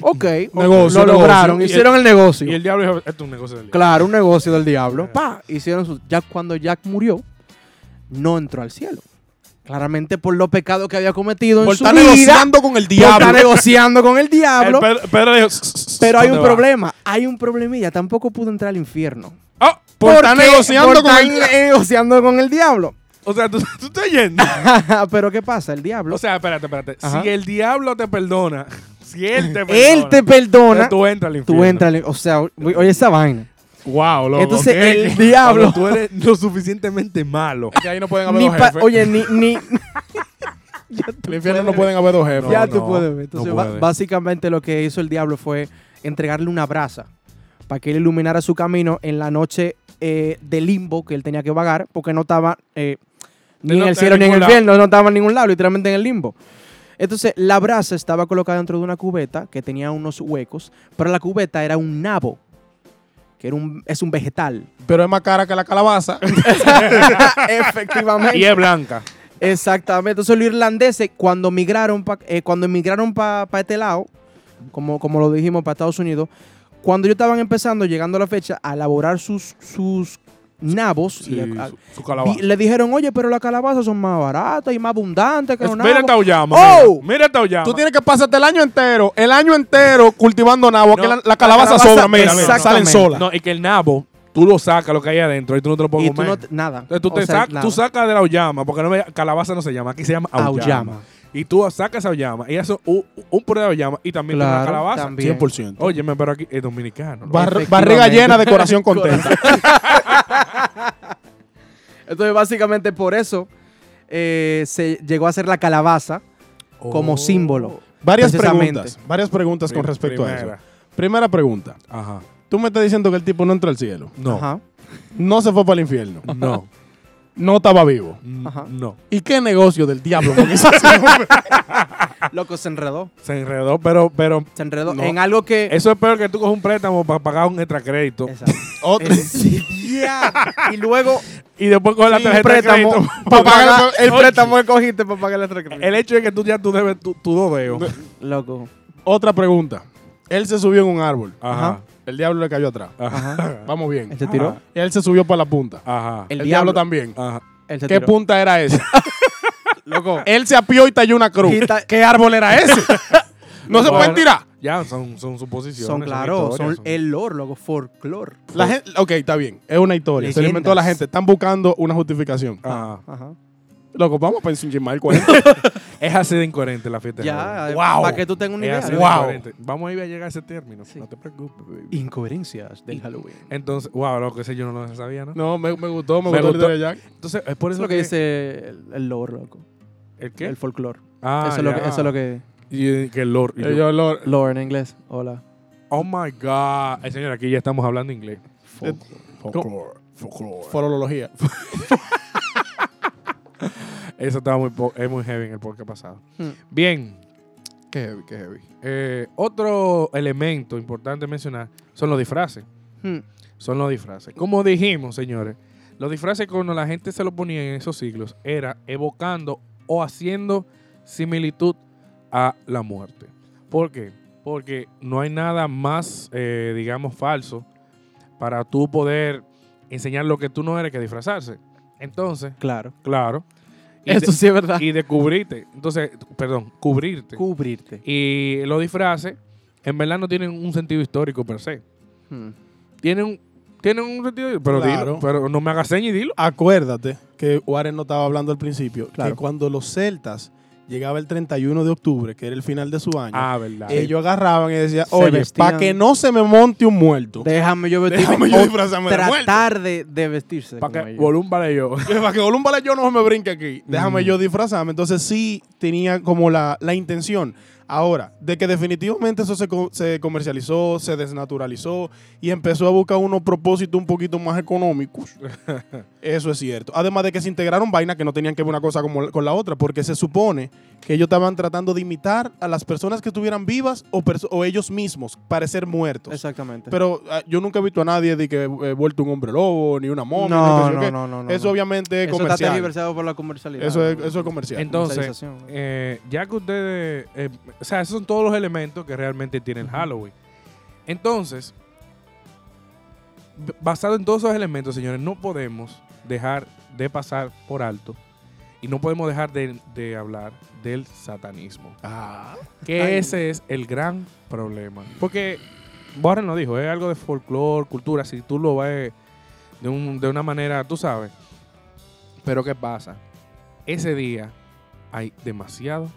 Speaker 1: Ok, ok,
Speaker 2: Negocio,
Speaker 1: lo lograron,
Speaker 3: negocio. Y
Speaker 1: hicieron el negocio.
Speaker 3: Y el diablo dijo, esto es un negocio del diablo.
Speaker 1: Claro, un negocio del diablo. Pa, hicieron su. Jack cuando Jack murió, no entró al cielo. Claramente por los pecados que había cometido
Speaker 2: Por
Speaker 1: en su
Speaker 2: estar
Speaker 1: vida.
Speaker 2: negociando con el
Speaker 1: por estar
Speaker 2: diablo.
Speaker 1: negociando con el
Speaker 3: El
Speaker 1: diablo.
Speaker 3: Pedro, Pedro dijo, "Sss, sss,
Speaker 1: Pero hay
Speaker 3: ¿dónde
Speaker 1: un
Speaker 3: va?".
Speaker 1: problema, hay un problemilla. Tampoco pudo entrar al infierno.
Speaker 3: Ah,
Speaker 2: Por estar
Speaker 1: Porque-
Speaker 2: negociando
Speaker 1: por
Speaker 2: con
Speaker 1: estar
Speaker 2: el diablo.
Speaker 1: negociando con el diablo.
Speaker 3: o sea, tú, tú estás yendo.
Speaker 1: Pero ¿qué pasa? El diablo.
Speaker 3: o sea, espérate, espérate.
Speaker 1: Ajá.
Speaker 3: Si el diablo te perdona, si él te perdona,
Speaker 1: él te perdona.
Speaker 3: tú entras al infierno.
Speaker 1: Tú entras, al- o sea, o- oye esa vaina.
Speaker 2: Wow, loco.
Speaker 1: Entonces
Speaker 2: ok.
Speaker 1: el diablo,
Speaker 3: Cuando tú eres lo suficientemente malo.
Speaker 2: Ya ahí no pueden haber
Speaker 1: ni
Speaker 2: dos
Speaker 1: pa-
Speaker 2: jefes.
Speaker 1: oye, ni, ni
Speaker 2: el infierno no pueden haber dos jefes.
Speaker 1: ya
Speaker 3: No,
Speaker 1: tú
Speaker 3: no,
Speaker 1: puedes ver.
Speaker 3: no
Speaker 1: Entonces, ba-
Speaker 3: puede.
Speaker 1: básicamente lo que hizo el diablo fue entregarle una brasa para que él iluminara su camino en la noche eh, de limbo que él tenía que vagar, porque no estaba eh, ni
Speaker 3: Él no
Speaker 1: en el
Speaker 3: estaba
Speaker 1: cielo
Speaker 3: en
Speaker 1: ni en el
Speaker 3: ningún
Speaker 1: infierno, no estaba en ningún lado, literalmente en el limbo. Entonces, la brasa estaba colocada dentro de una cubeta que tenía unos huecos, pero la cubeta era un nabo, que era un, es un vegetal.
Speaker 2: Pero es más cara que la calabaza.
Speaker 1: Efectivamente.
Speaker 3: Y es blanca.
Speaker 1: Exactamente. Entonces los irlandeses cuando migraron pa- eh, cuando emigraron para este lado, como, como lo dijimos para Estados Unidos, cuando ellos estaban empezando, llegando a la fecha, a elaborar sus, sus nabos,
Speaker 3: Sí,
Speaker 1: le, a-
Speaker 3: su, su calabaza.
Speaker 1: di- le dijeron, oye, pero las calabazas son más baratas y más abundantes que
Speaker 3: Es-
Speaker 1: los
Speaker 3: mira
Speaker 1: nabos.
Speaker 3: esta Oyama.
Speaker 1: ¡Oh!
Speaker 3: Mira, mira esta Oyama.
Speaker 2: Tú tienes que pasarte el año entero, el año entero cultivando nabo. que
Speaker 3: No,
Speaker 2: la, la
Speaker 3: la
Speaker 2: calabaza
Speaker 1: calabaza-
Speaker 2: sobra, mira, mira, salen
Speaker 1: exactamente.
Speaker 2: solas.
Speaker 3: No, y que el nabo, tú lo sacas lo que hay adentro y tú no te lo
Speaker 1: Y
Speaker 3: puedes
Speaker 1: tú
Speaker 3: comer.
Speaker 1: no, te- nada.
Speaker 3: Entonces tú,
Speaker 1: O
Speaker 3: te
Speaker 1: sea,
Speaker 3: sac-
Speaker 1: nada.
Speaker 3: tú sacas de la Oyama, porque no me- calabaza no se llama, aquí se llama Oyama.
Speaker 1: Auyama.
Speaker 3: Y tú sacas esa Oyama y haces un, un puré de Oyama y también tiene una
Speaker 1: Claro,
Speaker 3: calabaza.
Speaker 1: también.
Speaker 2: 100%.
Speaker 3: Óyeme, pero aquí es dominicano. ¿no?
Speaker 2: Bar-
Speaker 1: Efectivamente.
Speaker 2: barriga llena de corazón contenta.
Speaker 1: Entonces básicamente por eso eh, se llegó a hacer la calabaza como
Speaker 3: Oh.
Speaker 1: símbolo.
Speaker 2: varias
Speaker 1: Precisamente.
Speaker 2: preguntas. Varias preguntas con
Speaker 3: Pri-
Speaker 2: respecto a
Speaker 3: primera.
Speaker 2: eso. Primera pregunta.
Speaker 3: Ajá.
Speaker 2: Tú me estás diciendo que el tipo no entró al cielo.
Speaker 3: No.
Speaker 1: Ajá.
Speaker 2: No se fue para el infierno.
Speaker 3: No.
Speaker 2: No estaba vivo.
Speaker 3: N-
Speaker 1: Ajá.
Speaker 3: No.
Speaker 2: ¿Y qué negocio del diablo con ese hombre?
Speaker 1: Loco, se enredó.
Speaker 3: Se enredó, pero, pero
Speaker 1: Se enredó
Speaker 3: No.
Speaker 1: en algo que...
Speaker 3: eso es peor que tú coges un préstamo para pagar un extra crédito.
Speaker 1: Exacto.
Speaker 2: Otro-
Speaker 1: Sí, ya. Y luego
Speaker 3: Y después coges la
Speaker 1: sí,
Speaker 3: tarjeta de
Speaker 1: préstamo,
Speaker 3: crédito.
Speaker 1: para pagar
Speaker 2: pagar-
Speaker 1: el
Speaker 2: Oye.
Speaker 1: préstamo que cogiste para pagar el extra crédito.
Speaker 3: El hecho es que tú ya tú debes tu, tu dodeo.
Speaker 1: Loco.
Speaker 2: Otra pregunta. Él se subió en un árbol.
Speaker 3: Ajá.
Speaker 2: El diablo le cayó atrás.
Speaker 1: Ajá.
Speaker 2: Vamos bien.
Speaker 1: Él se tiró.
Speaker 2: Él se subió para la punta.
Speaker 3: Ajá.
Speaker 2: El, diablo, también.
Speaker 3: Ajá.
Speaker 1: Él se
Speaker 2: ¿Qué
Speaker 1: tiró.
Speaker 2: punta era esa?
Speaker 1: Loco.
Speaker 2: Él se apió y talló una cruz.
Speaker 1: Y ta-
Speaker 2: ¿Qué árbol era ese? no
Speaker 3: Bueno.
Speaker 2: se pueden tirar.
Speaker 3: Ya, son, son suposiciones.
Speaker 1: Son claro, son
Speaker 3: historias, son-
Speaker 1: el lore, loco, folclore.
Speaker 2: La gente, ok, está bien. Es una historia. Se lo
Speaker 1: Leyendas.
Speaker 2: inventó la gente. Están buscando una justificación.
Speaker 3: Ajá.
Speaker 1: Ajá.
Speaker 2: Loco, vamos a pensar en el 40.
Speaker 3: Es así de incoherente la fiesta. de
Speaker 1: Ya,
Speaker 3: Halloween.
Speaker 2: Wow.
Speaker 1: para que tú tengas una
Speaker 3: Es
Speaker 1: idea.
Speaker 3: así de
Speaker 1: loco.
Speaker 2: Wow.
Speaker 3: incoherente. Vamos a ir a llegar a ese término.
Speaker 1: Sí.
Speaker 3: No te preocupes, baby.
Speaker 1: Incoherencias del Halloween.
Speaker 3: Entonces, wow, lo que sé yo no lo sabía, ¿no?
Speaker 2: no, me, me gustó, me,
Speaker 3: Me
Speaker 2: gustó,
Speaker 3: gustó.
Speaker 2: el de Jack.
Speaker 3: Entonces, es por
Speaker 1: Eso es
Speaker 3: eso
Speaker 1: lo que dice el, el lore, loco.
Speaker 3: ¿El qué?
Speaker 1: El folclore.
Speaker 3: ah,
Speaker 1: eso, es lo que,
Speaker 3: ya.
Speaker 1: eso es lo que.
Speaker 3: Y, que el Lord. y
Speaker 2: Eh,
Speaker 3: yo,
Speaker 2: yo, Lord,
Speaker 1: Lore en inglés. Hola.
Speaker 3: oh my God. Eh, señor, aquí ya estamos hablando inglés. Folklore.
Speaker 2: Forología.
Speaker 3: Eso estaba muy, po- es muy heavy en el podcast pasado.
Speaker 1: Hmm.
Speaker 3: Bien.
Speaker 2: Qué heavy, qué heavy.
Speaker 3: eh, otro elemento importante mencionar son los disfraces.
Speaker 1: Hmm.
Speaker 3: Son los disfraces. Como dijimos, señores, los disfraces cuando la gente se los ponía en esos siglos era evocando o haciendo similitud a la muerte. ¿Por qué? Porque no hay nada más, eh, digamos, falso para tú poder enseñar lo que tú no eres que disfrazarse. Entonces,
Speaker 1: Claro.
Speaker 3: claro. Y,
Speaker 1: Esto sí es verdad.
Speaker 3: de- y descubrirte. Entonces, perdón, cubrirte.
Speaker 1: Cubrirte.
Speaker 3: Y los disfraces, en verdad, no tienen un sentido histórico per se.
Speaker 1: Hmm.
Speaker 3: Tienen un, tienen un sentido, pero
Speaker 2: Claro.
Speaker 3: dilo, pero no me hagas señas y dilo.
Speaker 2: Acuérdate que Warren no estaba hablando al principio.
Speaker 1: Claro.
Speaker 2: Que cuando los celtas llegaba el 31 de octubre, que era el final de su año,
Speaker 3: Ah, verdad.
Speaker 2: ellos agarraban y decían,
Speaker 1: Se
Speaker 2: oye,
Speaker 1: vestían-
Speaker 2: para que no se me monte un muerto,
Speaker 1: Déjame yo vestirme.
Speaker 2: déjame yo
Speaker 1: o
Speaker 2: disfrazarme de muerto.
Speaker 1: tratar de, de vestirse.
Speaker 3: Para
Speaker 1: como
Speaker 3: que
Speaker 1: ellos.
Speaker 3: Volumba le yo.
Speaker 2: Para que Olúmbala yo no me brinque aquí, déjame
Speaker 3: Mm.
Speaker 2: yo disfrazarme. Entonces sí tenía como la, la intención. Ahora, de que definitivamente eso se, co- se comercializó, se desnaturalizó y empezó a buscar unos propósitos un poquito más económicos, eso es cierto. Además de que se integraron vainas que no tenían que ver una cosa como- con la otra, porque se supone que ellos estaban tratando de imitar a las personas que estuvieran vivas o, perso- o ellos mismos parecer muertos.
Speaker 1: Exactamente.
Speaker 2: Pero ah, yo nunca he visto a nadie de que eh, vuelto un hombre lobo, ni una momia. ni
Speaker 1: no,
Speaker 2: qué sé yo
Speaker 1: no,
Speaker 2: qué.
Speaker 1: no, no, no.
Speaker 2: eso
Speaker 1: no.
Speaker 2: obviamente es
Speaker 1: Eso está
Speaker 2: comercial.
Speaker 1: tergiversado por la comercialidad.
Speaker 2: Eso es,
Speaker 1: ¿no?
Speaker 2: eso es comercial.
Speaker 3: Entonces,
Speaker 1: Comercialización, ¿no?
Speaker 3: eh, ya que ustedes, eh, o sea, esos son todos los elementos que realmente tiene el Halloween. Entonces, b- basado en todos esos elementos, señores, no podemos dejar de pasar por alto y no podemos dejar de, de hablar del satanismo.
Speaker 2: Ah.
Speaker 3: Que
Speaker 1: Ay.
Speaker 3: ese es el gran problema. Porque Warren lo dijo, es algo de folclore, cultura, si tú lo ves de, un- de una manera, tú sabes. Pero ¿qué pasa? Ese día hay demasiado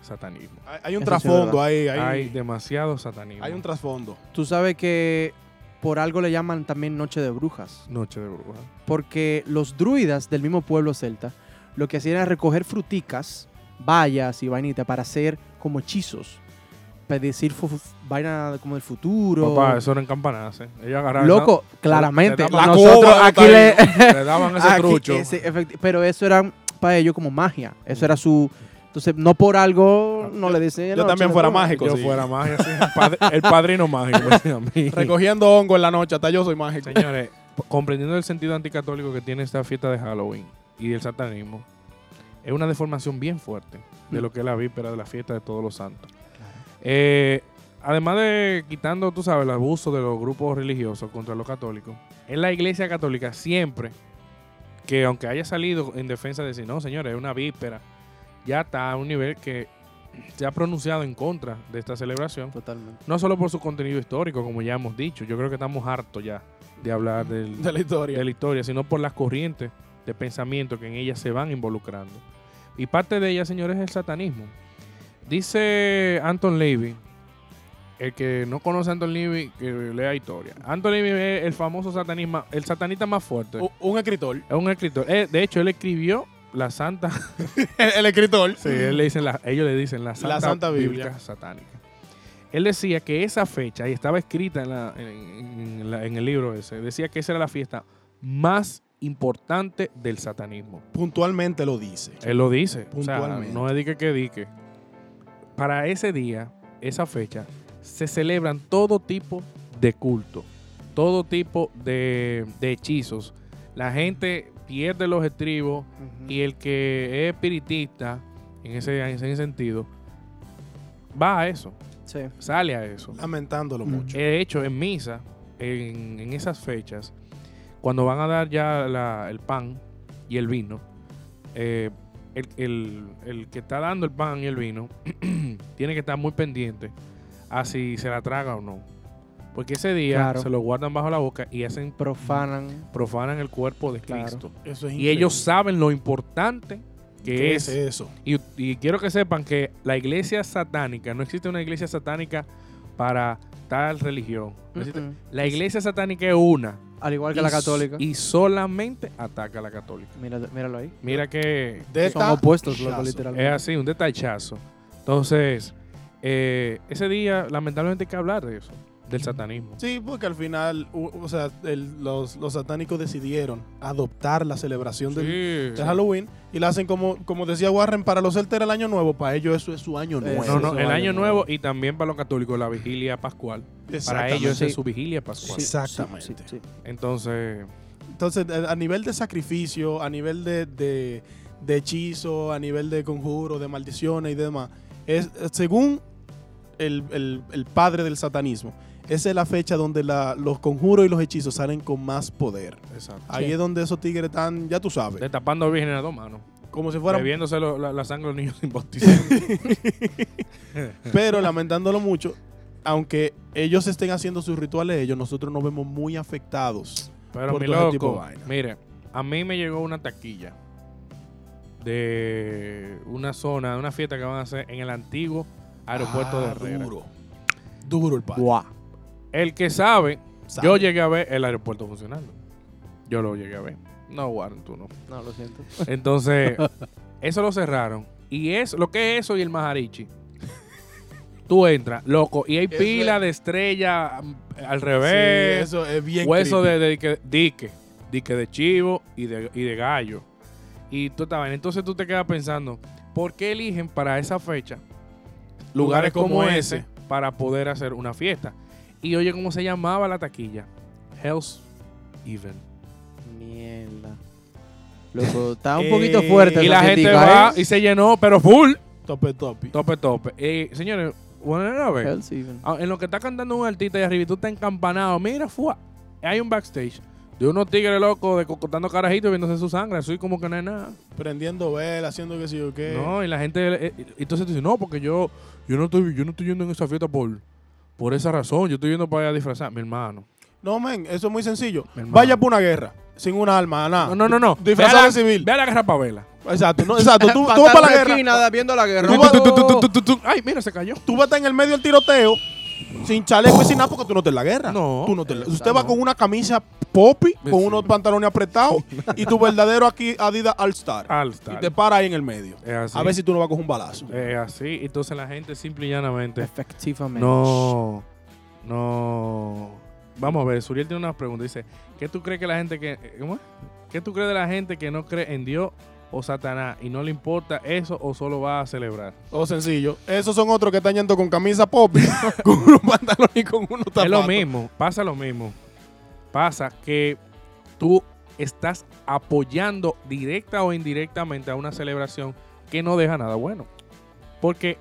Speaker 3: satanismo.
Speaker 2: Hay, hay un
Speaker 1: Eso sí es
Speaker 2: trasfondo
Speaker 1: verdad.
Speaker 2: ahí. Hay,
Speaker 3: Hay, demasiado satanismo.
Speaker 2: hay un trasfondo.
Speaker 1: Tú sabes que por algo le llaman también Noche de Brujas.
Speaker 3: Noche de brujas.
Speaker 1: Porque los druidas del mismo pueblo celta lo que hacían era recoger fruticas, vallas y vainitas para hacer como hechizos. Para decir fu- fu- vaina como del futuro.
Speaker 3: Papá, eso eran campanadas, ¿eh? Ellos agarraban
Speaker 1: Loco,
Speaker 3: te
Speaker 1: claramente.
Speaker 3: daban la
Speaker 1: nosotros
Speaker 2: coba,
Speaker 1: aquí le.
Speaker 3: esa- le daban ese
Speaker 1: aquí,
Speaker 3: trucho.
Speaker 1: Ah, ese, efecti- pero eso era para ellos como magia. Eso era su. Entonces, no por algo no le dicen.
Speaker 2: Ah, yo
Speaker 1: "Noche
Speaker 2: también
Speaker 1: de
Speaker 2: fuera
Speaker 1: brujas".
Speaker 2: mágico,
Speaker 3: Yo
Speaker 2: sí.
Speaker 3: fuera magia, sí, el, padre- el padrino mágico. me decía a mí.
Speaker 2: Recogiendo hongo en la noche, hasta yo soy mágico.
Speaker 3: Señores, p- comprendiendo el sentido anticatólico que tiene esta fiesta de Halloween y el satanismo, es una deformación bien fuerte de lo que es la víspera de la fiesta de todos los santos. Eh, además de quitando, tú sabes, el abuso de los grupos religiosos contra los católicos, en la iglesia católica siempre que aunque haya salido en defensa de decir, no, señores, es una víspera, ya está a un nivel que se ha pronunciado en contra de esta celebración
Speaker 1: Totalmente.
Speaker 3: no solo por su contenido histórico, como ya hemos dicho, yo creo que estamos hartos ya de hablar del-
Speaker 2: De la historia.
Speaker 3: de la historia, sino por las corrientes de pensamiento que en ellas se van involucrando. Y parte de ellas, señores, es el satanismo. Dice Anton Levy, el que no conoce a Anton Levy, que lea historia. Anton Levy es el famoso satanismo, el satanista más fuerte.
Speaker 2: U- un escritor.
Speaker 3: Es un escritor. Eh, de hecho, él escribió la Santa
Speaker 2: El, el escritor.
Speaker 3: Sí, él le dicen la- ellos le dicen la Santa,
Speaker 2: Mm. Santa
Speaker 3: Biblia.
Speaker 2: Biblia.
Speaker 3: satánica. Él decía que esa fecha, y estaba escrita en, la- en- en la- en el libro ese, decía que esa era la fiesta más importante del satanismo.
Speaker 2: Puntualmente lo dice.
Speaker 3: Él lo dice. O sea,
Speaker 2: Puntualmente.
Speaker 3: no dedique que dique. Para ese día, esa fecha, se celebran todo tipo de culto, todo tipo de, de hechizos. La gente pierde los estribos, y el que es espiritista, en ese, en ese sentido, va a eso,
Speaker 1: Sí.
Speaker 3: sale a eso.
Speaker 2: Lamentándolo
Speaker 1: Mm.
Speaker 2: mucho.
Speaker 3: De hecho, en misa, en, en esas fechas, cuando van a dar ya la- el pan y el vino, eh, el, el- el que está dando el pan y el vino tiene que estar muy pendiente a si se la traga o no. Porque ese día
Speaker 1: Claro.
Speaker 3: se lo guardan bajo la boca y hacen
Speaker 1: Profanan.
Speaker 3: profanan el cuerpo de
Speaker 1: Claro.
Speaker 3: Cristo.
Speaker 2: Eso es
Speaker 3: Y ellos saben lo importante que
Speaker 2: ¿Qué
Speaker 3: es
Speaker 2: es eso?
Speaker 3: y, y quiero que sepan que la iglesia satánica, no existe una iglesia satánica para tal religión. No existe-
Speaker 1: Ujú.
Speaker 3: La iglesia satánica es una.
Speaker 1: Al igual que
Speaker 3: y
Speaker 1: la
Speaker 3: s-
Speaker 1: católica.
Speaker 3: Y solamente ataca a la católica.
Speaker 1: Mira- míralo ahí.
Speaker 3: Mira que
Speaker 2: De
Speaker 1: Son
Speaker 2: esta-
Speaker 1: opuestos, loco,
Speaker 2: Chazo.
Speaker 1: literalmente.
Speaker 3: es así, un detallazo. Entonces, eh, ese día lamentablemente hay que hablar de eso, del satanismo.
Speaker 2: Sí, porque al final, u- o sea, el- los, los satánicos decidieron adoptar la celebración del,
Speaker 3: Sí,
Speaker 2: de
Speaker 3: sí.
Speaker 2: Halloween y la hacen como, como decía Warren, para los celtas era el año nuevo, para ellos eso es su año
Speaker 1: Eso,
Speaker 2: nuevo.
Speaker 3: No, no,
Speaker 1: Eso
Speaker 3: el
Speaker 1: vale,
Speaker 3: año
Speaker 1: no.
Speaker 3: nuevo y también para los católicos la vigilia pascual. Para
Speaker 2: Exactamente.
Speaker 3: ellos esa es
Speaker 1: Sí.
Speaker 3: su vigilia pascual.
Speaker 2: Sí. Exactamente.
Speaker 1: sí, sí.
Speaker 3: Entonces,
Speaker 2: Entonces, eh, a nivel de sacrificio, a nivel de, de, de hechizo, a nivel de conjuro, de maldiciones y demás, es, eh, según el, el- el padre del satanismo, esa es la fecha donde la- los conjuros y los hechizos salen con más poder.
Speaker 3: exacto.
Speaker 2: Ahí
Speaker 1: Sí.
Speaker 2: es donde esos tigres están, ya tú sabes,
Speaker 3: Destapando vírgenes a dos manos.
Speaker 2: como si fueran
Speaker 3: bebiéndose lo- la, la sangre de los niños sin bautizar.
Speaker 2: Pero lamentándolo mucho, aunque ellos estén haciendo sus rituales, ellos nosotros nos vemos muy afectados.
Speaker 3: Pero
Speaker 2: Por
Speaker 3: mi
Speaker 2: todo ese tipo de
Speaker 3: loco,
Speaker 2: vaina.
Speaker 3: mire, a mí me llegó una taquilla de una zona, de una fiesta que van a hacer en el antiguo aeropuerto de
Speaker 2: Ah,
Speaker 3: Herrera.
Speaker 2: Duro. Duro el padre.
Speaker 1: Buah.
Speaker 3: El que sabe,
Speaker 2: Sabe.
Speaker 3: yo llegué a ver el aeropuerto funcionando. Yo lo llegué a ver. No, Warren, tú no.
Speaker 1: No, lo siento.
Speaker 3: Entonces, eso lo cerraron. Y es lo que es eso y el Maharichi. tú entras, loco, y hay
Speaker 2: Eso
Speaker 3: pila
Speaker 2: es-
Speaker 3: de estrella mm, al
Speaker 2: Sí,
Speaker 3: revés,
Speaker 2: eso es bien
Speaker 3: hueso
Speaker 2: creepy.
Speaker 3: de, de que- dique, dique de chivo y de, y de gallo. Y tú también, entonces tú te quedas pensando, ¿por qué eligen para esa fecha lugares,
Speaker 2: Lugares
Speaker 3: como,
Speaker 2: como este,
Speaker 3: ese,
Speaker 2: ese?
Speaker 3: para poder hacer una fiesta? Y oye, ¿cómo se llamaba la taquilla? Hell's Even.
Speaker 1: Mierda. Loco, está un
Speaker 2: Eh,
Speaker 1: poquito fuerte.
Speaker 3: Y
Speaker 1: lo
Speaker 3: la
Speaker 1: que
Speaker 3: gente
Speaker 1: diga,
Speaker 3: va
Speaker 1: ¿eh?
Speaker 3: y se llenó, pero full,
Speaker 2: Tope, tope.
Speaker 3: tope, tope. Eh, señores, una vez.
Speaker 1: Hell sí, ven.
Speaker 3: Ah, En lo que está cantando un artista y arriba y tú estás encampanado. Mira, fua. Hay un backstage de unos tigres locos de cocotando carajitos y viéndose su sangre. Así como que no es nada.
Speaker 2: Prendiendo vela, haciendo qué sé yo qué.
Speaker 3: No, y la gente. eh, eh, entonces tú dices, no, porque yo, yo, no estoy, yo no estoy yendo en esa fiesta por, por esa razón. Yo estoy yendo para allá disfrazar. Mi hermano.
Speaker 2: No, men, eso es muy sencillo.
Speaker 3: Mi hermano.
Speaker 2: Vaya por una guerra, sin una arma, nada.
Speaker 3: No, no, no. no. Ve
Speaker 2: Disfrazado
Speaker 3: a la-
Speaker 2: de Ah, civil.
Speaker 3: Ve a la guerra pavela.
Speaker 2: Exacto, no, exacto. Tú, tú
Speaker 1: Pa'
Speaker 2: vas
Speaker 1: estar
Speaker 2: para la
Speaker 1: en
Speaker 2: guerra.
Speaker 1: esquina, viendo la guerra.
Speaker 2: Tú vas-
Speaker 3: Ay, mira, se cayó.
Speaker 2: Tú vas a estar en el medio del tiroteo, sin chaleco y sin nada, porque tú no estás en la guerra.
Speaker 3: No.
Speaker 2: Tú no estás en la-
Speaker 1: Exacto.
Speaker 2: Usted va con una camisa poppy,
Speaker 3: Sí.
Speaker 2: con unos pantalones apretados y tu verdadero aquí Adidas All Star.
Speaker 3: Alta.
Speaker 2: Y te para ahí en el medio.
Speaker 3: Es así.
Speaker 2: A ver si tú no vas a coger un balazo.
Speaker 3: Es así. Entonces la gente simple y llanamente.
Speaker 1: Efectivamente.
Speaker 3: No, no. Vamos a ver, Suriel tiene unas preguntas. Dice, ¿qué tú crees que la gente que... eh, ¿Cómo es? ¿Qué tú crees de la gente que no cree en Dios o Satanás y no le importa eso o solo va a celebrar?
Speaker 2: Todo sencillo. Esos son otros que están yendo con camisa poppy, con unos pantalones y con unos zapatos.
Speaker 3: Es lo mismo, pasa lo mismo. Pasa que tú estás apoyando directa o indirectamente a una celebración que no deja nada bueno. Porque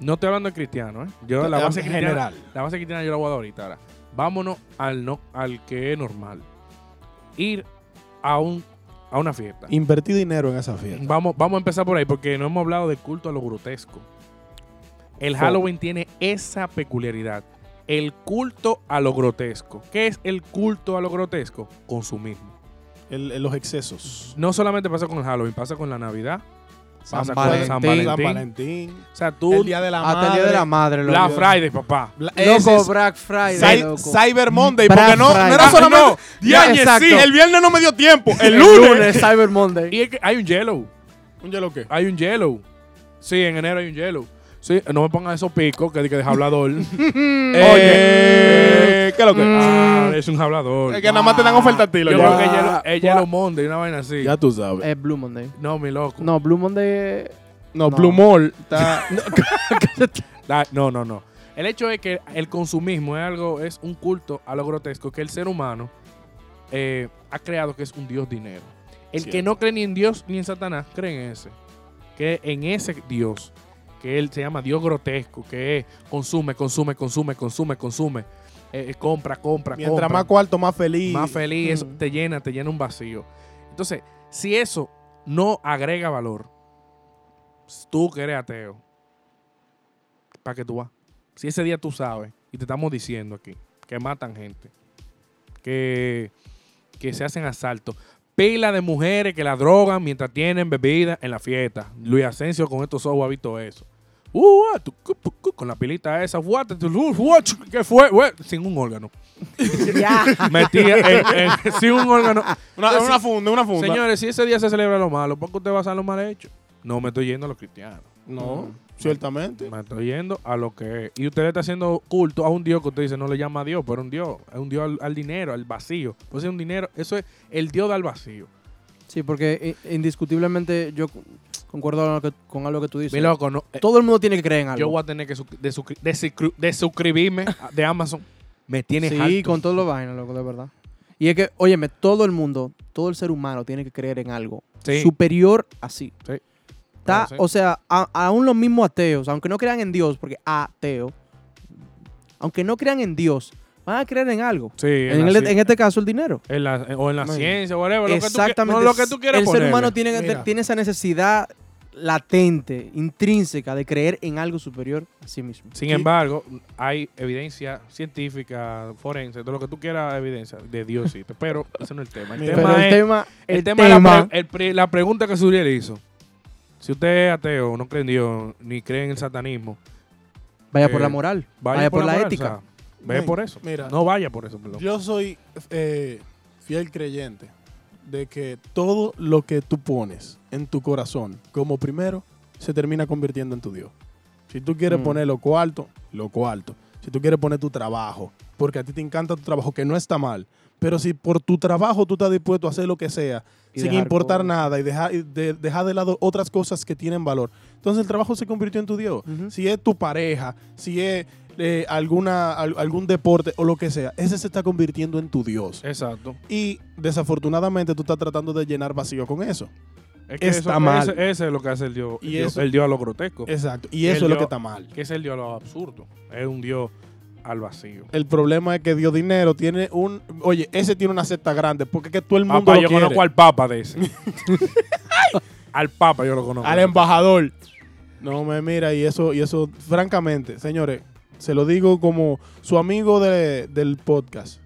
Speaker 3: no estoy hablando de cristiano, ¿eh? Yo la base
Speaker 2: En
Speaker 3: cristiana,
Speaker 2: general.
Speaker 3: La base cristiana yo la voy a dar ahorita. Ahora, vámonos al, no, al que es normal. Ir a, un, a una fiesta.
Speaker 2: Invertí dinero en esa fiesta.
Speaker 3: Vamos, vamos a empezar por ahí porque no hemos hablado del culto a lo grotesco. El
Speaker 2: Oh.
Speaker 3: Halloween tiene esa peculiaridad. El culto a lo grotesco. ¿Qué es el culto a lo grotesco? Consumismo.
Speaker 2: El- el- los excesos.
Speaker 3: No solamente pasa con el Halloween, pasa con la Navidad.
Speaker 1: San
Speaker 3: pasa
Speaker 1: Valentín.
Speaker 3: con San Valentín.
Speaker 2: San Valentín.
Speaker 3: O sea, tú...
Speaker 2: el día de la
Speaker 1: Hasta el
Speaker 2: madre.
Speaker 1: día de la madre, loco.
Speaker 3: Black Friday, papá.
Speaker 2: Bla- ese
Speaker 1: Loco,
Speaker 2: es
Speaker 1: Black Friday,
Speaker 2: Cy-
Speaker 1: loco.
Speaker 2: Cyber Monday,
Speaker 1: Black
Speaker 2: porque no, no era
Speaker 1: Friday.
Speaker 2: solamente.
Speaker 3: Ah, no.
Speaker 2: Diañe,
Speaker 1: Exacto.
Speaker 2: sí, el viernes no me dio tiempo. El
Speaker 1: El
Speaker 2: lunes.
Speaker 1: lunes, Cyber Monday.
Speaker 3: Y es que hay un yellow.
Speaker 2: ¿Un hielo qué?
Speaker 3: Hay un yellow. Sí, en enero hay un yellow. Sí, no me pongan esos picos que, que de hablador. Eh,
Speaker 2: Oye, ¿qué es lo que?
Speaker 3: ah, es un hablador.
Speaker 2: es que nada más te dan oferta a ti,
Speaker 3: Yo
Speaker 2: lo Eh,
Speaker 3: creo
Speaker 2: ya.
Speaker 3: que es yellow, es yellow Monday, una vaina así.
Speaker 2: Ah, Ya tú sabes.
Speaker 1: Es Eh, Blue Monday.
Speaker 3: No, mi loco.
Speaker 1: No, Blue Monday.
Speaker 2: no,
Speaker 1: no.
Speaker 2: Plumol está.
Speaker 3: Da- No, no, no. El hecho es que el consumismo es algo, es un culto a lo grotesco que el ser humano eh, ha creado que es un Dios dinero. El que
Speaker 2: Cierto.
Speaker 3: no cree ni en Dios ni en Satanás, cree en ese. Que en ese Dios, que él se llama Dios grotesco, que es consume, consume, consume, consume, consume, eh, eh, compra, compra,
Speaker 2: Mientras
Speaker 3: compra.
Speaker 2: más cuarto, más feliz.
Speaker 3: más feliz, eso
Speaker 1: Mm.
Speaker 3: te llena, te llena un vacío. Entonces, si eso no agrega valor, tú que eres ateo, ¿para qué tú vas? Si ese día tú sabes, y te estamos diciendo aquí, que matan gente, que, que se hacen asaltos, pila de mujeres que la drogan mientras tienen bebida en la fiesta. Luis Asensio con estos ojos ha visto eso. Uh, ah, tu, cu, pu, cu, con la pilita esa, what, tu, uh, what, ¿qué fue? What? Sin un órgano metía en, en- sí, un órgano.
Speaker 2: Una, una funda, una funda.
Speaker 3: Señores, si ese día se celebra lo malo, ¿por qué usted va a hacer lo mal hecho? No, me estoy yendo a los cristianos.
Speaker 2: No, ciertamente.
Speaker 3: Me estoy yendo a lo que es. Y usted le está haciendo culto a un Dios que usted dice no le llama a Dios, pero un Dios. Es un Dios al, al dinero, al vacío. Pues es un dinero. Eso es el Dios del vacío.
Speaker 1: Sí, porque i- indiscutiblemente yo cu- concuerdo con, lo que- con algo que tú dices.
Speaker 3: Mi loco, no, eh,
Speaker 1: Todo el mundo tiene que creer en algo.
Speaker 3: yo voy a tener que su- de su- de suscri- de suscribirme a- de Amazon. Me tiene
Speaker 1: sí,
Speaker 3: harto.
Speaker 1: con todos los vainas, loco, de verdad. Y es que, óyeme, todo el mundo, todo el ser humano tiene que creer en algo
Speaker 3: Sí.
Speaker 1: superior así.
Speaker 3: Sí.
Speaker 1: Está-
Speaker 3: Ah, sí.
Speaker 1: O sea, a- aún los mismos ateos, aunque no crean en Dios, porque ateo, aunque no crean en Dios, van a creer en algo.
Speaker 3: Sí, en
Speaker 1: En,
Speaker 3: la
Speaker 1: el-
Speaker 3: ci-
Speaker 1: en este caso, el dinero.
Speaker 3: en la- o en la
Speaker 2: Man.
Speaker 3: ciencia, whatever. lo que tú qui-
Speaker 1: Exactamente.
Speaker 3: no, lo que tú quieras
Speaker 1: el ser
Speaker 3: ponerle.
Speaker 1: humano tiene,
Speaker 2: Mira.
Speaker 1: tiene esa necesidad latente, intrínseca, de creer en algo superior a sí mismo.
Speaker 3: Sin
Speaker 2: Y-
Speaker 3: embargo, hay evidencia científica, forense, de lo que tú quieras, evidencia de Diosito. Pero ese no es el tema. El
Speaker 2: Mira.
Speaker 3: tema
Speaker 1: Pero
Speaker 3: es.
Speaker 1: el tema,
Speaker 3: el
Speaker 1: el
Speaker 3: tema es la
Speaker 1: tema-
Speaker 3: pre- el pre- la pregunta que Suriel hizo. Si usted es ateo, no cree en Dios, ni cree en el satanismo,
Speaker 1: vaya por
Speaker 3: eh,
Speaker 1: la moral, vaya,
Speaker 3: vaya,
Speaker 1: por, la,
Speaker 3: moral,
Speaker 1: ética.
Speaker 3: o sea, ve
Speaker 2: Men,
Speaker 3: por eso.
Speaker 2: mira.
Speaker 3: No vaya por eso, perdón.
Speaker 2: Yo soy eh, fiel creyente de que todo lo que tú pones en tu corazón como primero se termina convirtiendo en tu Dios. Si tú quieres
Speaker 1: Mm.
Speaker 2: poner lo cuarto, lo cuarto. Si tú quieres poner tu trabajo, porque a ti te encanta tu trabajo, que no está mal. Pero si por tu trabajo tú estás dispuesto a hacer lo que sea,
Speaker 1: Y
Speaker 2: sin
Speaker 1: dejar
Speaker 2: importar
Speaker 1: cosas.
Speaker 2: nada y dejar y de, dejar de lado otras cosas que tienen valor, entonces el trabajo se convirtió en tu Dios.
Speaker 1: Ujú.
Speaker 2: Si es tu pareja, si es eh, alguna, al- algún deporte o lo que sea, ese se está convirtiendo en tu Dios.
Speaker 3: Exacto.
Speaker 2: Y desafortunadamente tú estás tratando de llenar vacío con eso.
Speaker 3: Es que
Speaker 2: Está
Speaker 3: eso-
Speaker 2: mal.
Speaker 3: Ese, ese es lo que hace el Dios.
Speaker 2: Y
Speaker 3: el, Dios
Speaker 2: eso-
Speaker 3: el Dios a lo grotesco.
Speaker 2: Exacto. Y
Speaker 3: El
Speaker 2: eso es lo
Speaker 3: Dios-
Speaker 2: que está mal.
Speaker 3: Que es el Dios a lo absurdo. Es un Dios al vacío.
Speaker 2: El problema es que dio dinero, tiene un... Oye, ese tiene una cesta grande, porque es que todo el mundo
Speaker 3: Papá,
Speaker 2: lo
Speaker 3: yo
Speaker 2: quiere.
Speaker 3: conozco al Papa de ese. Ay, al Papa yo lo conozco.
Speaker 2: Al embajador. No me mira, y eso, y eso, francamente, señores, se lo digo como su amigo de- del podcast.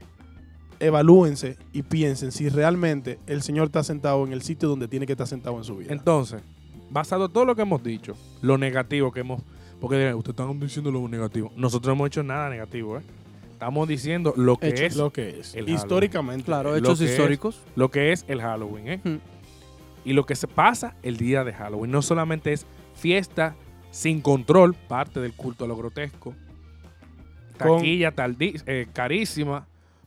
Speaker 2: Evalúense y piensen si realmente el señor está sentado en el sitio donde tiene que estar sentado en su vida.
Speaker 3: Entonces, basado en todo lo que hemos dicho, lo negativo que hemos. Porque dirán, ustedes están diciendo lo negativo. Nosotros no hemos hecho nada negativo, ¿eh? Estamos diciendo lo que
Speaker 1: Hecho.
Speaker 3: es
Speaker 2: lo que es.
Speaker 3: el
Speaker 2: Históricamente.
Speaker 1: Claro, eh,
Speaker 3: Lo
Speaker 1: hechos
Speaker 3: que es.
Speaker 1: históricos.
Speaker 3: lo que es el Halloween, ¿eh?
Speaker 1: Hmm.
Speaker 3: Y lo que se pasa el día de Halloween. No solamente es fiesta sin control, parte del culto a lo grotesco.
Speaker 2: Con-
Speaker 3: Taquilla tardi- eh, carísima.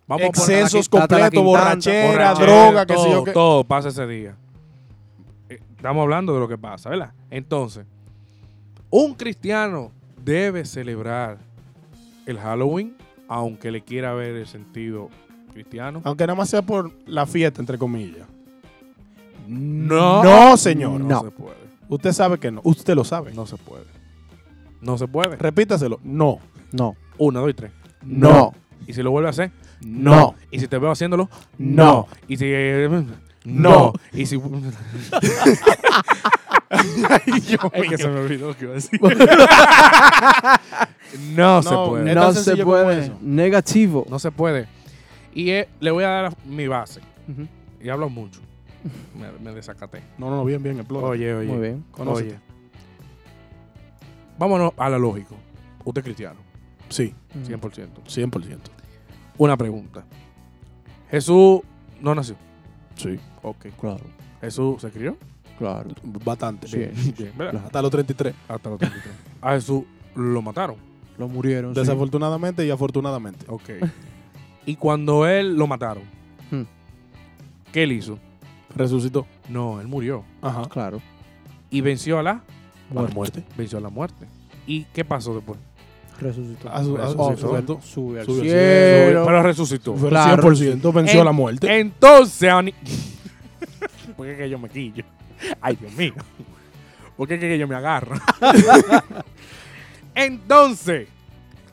Speaker 3: Vamos
Speaker 2: Excesos
Speaker 1: Tata la Quintana,
Speaker 2: completos,
Speaker 3: a
Speaker 2: borrachera,
Speaker 3: poner
Speaker 1: borrachera,
Speaker 2: droga, qué
Speaker 3: todo,
Speaker 2: sé yo qué.
Speaker 3: Todo pasa ese día. Eh, Estamos hablando de lo que pasa, ¿verdad? Entonces, un cristiano debe celebrar el Halloween, aunque le quiera ver el sentido cristiano.
Speaker 2: Aunque nada más sea por la fiesta, entre comillas.
Speaker 3: No.
Speaker 2: No, señor.
Speaker 3: No,
Speaker 1: No.
Speaker 3: se puede.
Speaker 2: Usted sabe que no. Usted lo sabe.
Speaker 3: No se puede. No se puede.
Speaker 2: Repítaselo. No.
Speaker 1: No.
Speaker 3: Una, dos y tres.
Speaker 2: No.
Speaker 3: Y si lo vuelve a hacer,
Speaker 2: No.
Speaker 3: Y si te veo haciéndolo,
Speaker 2: No.
Speaker 3: Y si. eh,
Speaker 2: No.
Speaker 3: Y si. es que se me olvidó lo que iba a decir. no, se
Speaker 2: No,
Speaker 3: puede.
Speaker 2: Es
Speaker 1: No
Speaker 2: tan
Speaker 1: se
Speaker 2: sencillo como
Speaker 1: puede.
Speaker 2: eso.
Speaker 1: Negativo.
Speaker 3: No se puede. Y eh, le voy a dar mi base.
Speaker 1: Ujú.
Speaker 3: Y hablo mucho. Me, me desacaté.
Speaker 2: No, no, no, bien, bien, explora.
Speaker 3: Oye, oye.
Speaker 1: Muy bien.
Speaker 2: Conócete.
Speaker 3: Oye. Vámonos a la lógica. Usted es cristiano,
Speaker 2: Sí,
Speaker 1: Mm.
Speaker 3: 100%.
Speaker 2: 100%.
Speaker 3: Una pregunta. Jesús no nació.
Speaker 2: Sí,
Speaker 3: Ok.
Speaker 1: Claro,
Speaker 3: Jesús se crió.
Speaker 1: claro.
Speaker 2: bastante.
Speaker 1: Sí.
Speaker 3: Bien, ¿verdad?
Speaker 2: Hasta los 33.
Speaker 3: Hasta los 33. A Jesús lo mataron.
Speaker 1: Lo murieron. sí.
Speaker 2: Desafortunadamente y afortunadamente.
Speaker 3: Ok. y cuando él lo mataron,
Speaker 1: Hmm.
Speaker 3: ¿qué él hizo?
Speaker 2: Resucitó.
Speaker 3: No, él murió.
Speaker 2: Ajá.
Speaker 1: Claro.
Speaker 3: Y venció a Hmm. la,
Speaker 2: A la muerte.
Speaker 3: venció a la muerte. ¿y qué pasó después?
Speaker 1: Resucitó.
Speaker 2: A su, a su-
Speaker 3: Oh,
Speaker 2: su-
Speaker 3: suelto.
Speaker 1: Sube al
Speaker 2: Sube al
Speaker 1: cielo.
Speaker 3: Pero resucitó.
Speaker 2: Fue
Speaker 1: Claro.
Speaker 2: 100% venció
Speaker 3: Eh,
Speaker 2: a la muerte.
Speaker 3: Entonces, Ani- ¿por qué es que yo me quillo? Ay, Dios mío. ¿Por qué es que yo me agarro? Entonces,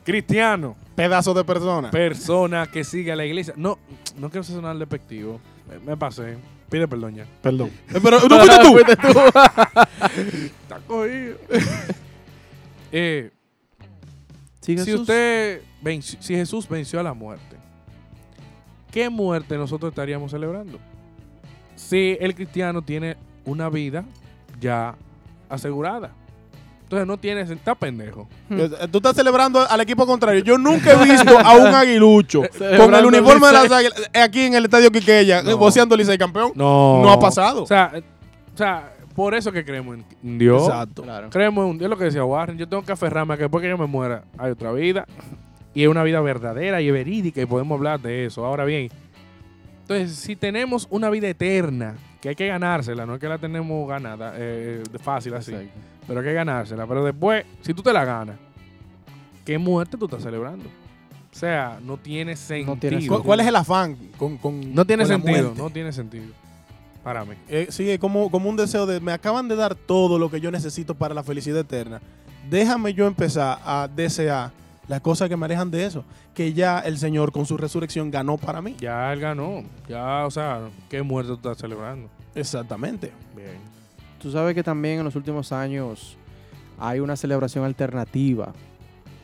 Speaker 3: cristiano,
Speaker 2: Pedazo de persona.
Speaker 3: persona que sigue a la iglesia. No, no quiero sonar despectivo. Me, me pasé. Pide perdón ya.
Speaker 2: Perdón. Eh, Pero no fuiste tú.
Speaker 1: Fuiste tú.
Speaker 3: Está cogido. Eh,
Speaker 1: Sí,
Speaker 3: si
Speaker 1: Jesús.
Speaker 3: usted venció- si Jesús venció a la muerte, ¿qué muerte nosotros estaríamos celebrando? Si el cristiano tiene una vida ya asegurada. Entonces no tiene, está pendejo.
Speaker 2: Eh, Tú estás celebrando al equipo contrario. Yo nunca he visto a un aguilucho con
Speaker 1: Celebrando
Speaker 2: el
Speaker 1: el
Speaker 2: uniforme de las águilas eh, aquí en el estadio Quiqueya,
Speaker 3: No.
Speaker 2: eh, voceando Licey campeón.
Speaker 3: No.
Speaker 2: No ha pasado.
Speaker 3: O sea, eh, o sea, por eso que creemos en Dios.
Speaker 2: Exacto.
Speaker 1: Claro.
Speaker 3: Creemos en un Dios, lo que decía Warren. Yo tengo que aferrarme a que después que yo me muera hay otra vida. Y es una vida verdadera y verídica y podemos hablar de eso. Ahora bien, entonces si tenemos una vida eterna, que hay que ganársela, no es que la tenemos ganada, eh, de fácil así,
Speaker 1: Exacto.
Speaker 3: pero hay que ganársela. Pero después, si tú te la ganas, ¿qué muerte tú estás celebrando? O sea, no tiene sentido.
Speaker 1: tiene
Speaker 3: No tiene
Speaker 1: sentido.
Speaker 2: ¿Cu- ¿Cuál es el afán con, con- con la
Speaker 3: sentido,
Speaker 2: muerte?
Speaker 3: no tiene sentido. Para mí.
Speaker 2: Eh, sí, es como, como un deseo de, me acaban de dar todo lo que yo necesito para la felicidad eterna. Déjame yo empezar a desear las cosas que me alejan de eso, que ya el Señor con su resurrección ganó para mí.
Speaker 3: Ya él ganó. Ya, o sea, ¿qué muerte tú estás celebrando?
Speaker 2: Exactamente.
Speaker 3: Bien.
Speaker 1: Tú sabes que también en los últimos años hay una celebración alternativa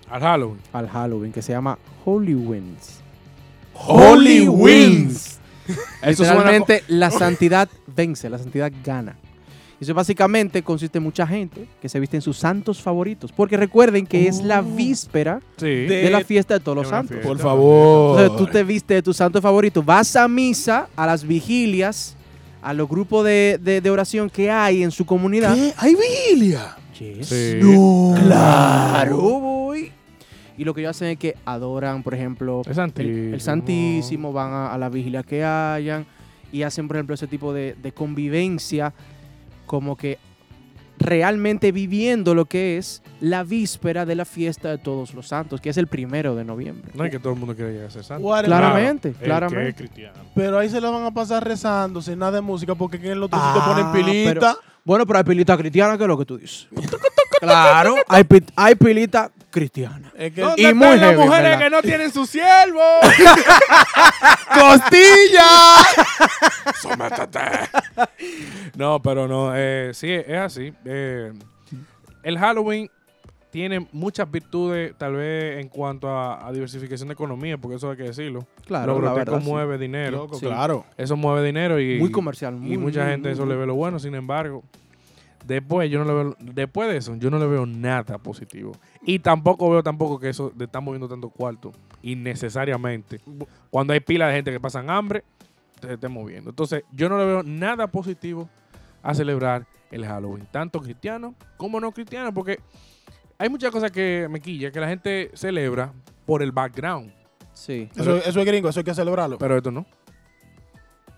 Speaker 3: Al Halloween.
Speaker 1: al Halloween que se llama Holy Winds.
Speaker 2: Holy Winds.
Speaker 3: Eso suena
Speaker 1: Literalmente la santidad vence, la santidad gana. Y Eso básicamente consiste en mucha gente que se viste en sus santos favoritos. Porque recuerden que es
Speaker 2: Oh.
Speaker 1: la víspera
Speaker 3: Sí.
Speaker 2: De-
Speaker 1: de la fiesta de todos los
Speaker 3: una
Speaker 1: santos.
Speaker 3: fiesta.
Speaker 2: Por favor.
Speaker 1: Entonces tú te viste de tu santo favorito, vas a misa, a las vigilias, a los grupos de, de- de oración que hay en su comunidad.
Speaker 2: ¿Qué? ¡Hay vigilia!
Speaker 1: noches.
Speaker 2: Sí.
Speaker 1: Claro, voy. Y lo que ellos hacen es que adoran, por ejemplo,
Speaker 3: El
Speaker 1: el,
Speaker 3: Santísimo.
Speaker 1: el Santísimo, van a, a la vigilia que hayan y hacen, por ejemplo, ese tipo de, de convivencia, como que realmente viviendo lo que es la víspera de la fiesta de todos los santos, que es el primero de noviembre.
Speaker 3: No es que todo el mundo quiera llegar a ser santo.
Speaker 2: What
Speaker 1: Claro.
Speaker 2: about-
Speaker 1: Claramente,
Speaker 3: el que
Speaker 1: claramente.
Speaker 3: es cristiano.
Speaker 2: Pero ahí se la van a pasar rezando sin nada de música porque aquí en el otro
Speaker 1: Ah,
Speaker 2: sitio ponen pilita.
Speaker 1: Bueno, pero hay pilita cristiana, que es lo que tú dices. claro, hay, pi- hay pilita cristiana.
Speaker 2: Es que
Speaker 1: Y muy
Speaker 3: están las
Speaker 1: heavy,
Speaker 3: mujeres
Speaker 1: ¿verdad?
Speaker 3: que no tienen su siervo?
Speaker 2: ¡Costilla!
Speaker 3: No, pero no, eh, sí, es así. eh, el Halloween tiene muchas virtudes, tal vez en cuanto a, a diversificación de economía, porque eso hay que decirlo.
Speaker 1: Claro,
Speaker 3: Lo
Speaker 1: la
Speaker 3: grotesco
Speaker 1: verdad, sí.
Speaker 3: mueve dinero.
Speaker 2: Loco,
Speaker 1: Sí.
Speaker 2: claro.
Speaker 3: Eso mueve dinero y,
Speaker 1: Muy comercial, muy,
Speaker 3: y mucha
Speaker 1: muy,
Speaker 3: gente
Speaker 1: muy,
Speaker 3: eso
Speaker 1: muy.
Speaker 3: le ve lo bueno. Sin embargo, después yo no le veo, después de eso, yo no le veo nada positivo. Y tampoco veo tampoco que eso le están moviendo tanto cuarto innecesariamente. Cuando hay pila de gente que pasan hambre, se estén moviendo. Entonces, yo no le veo nada positivo a celebrar el Halloween, tanto cristiano como no cristiano, porque hay muchas cosas que me quilla, que la gente celebra por el background,
Speaker 1: Sí.
Speaker 2: Eso, eso es gringo, eso hay que celebrarlo.
Speaker 3: pero esto no.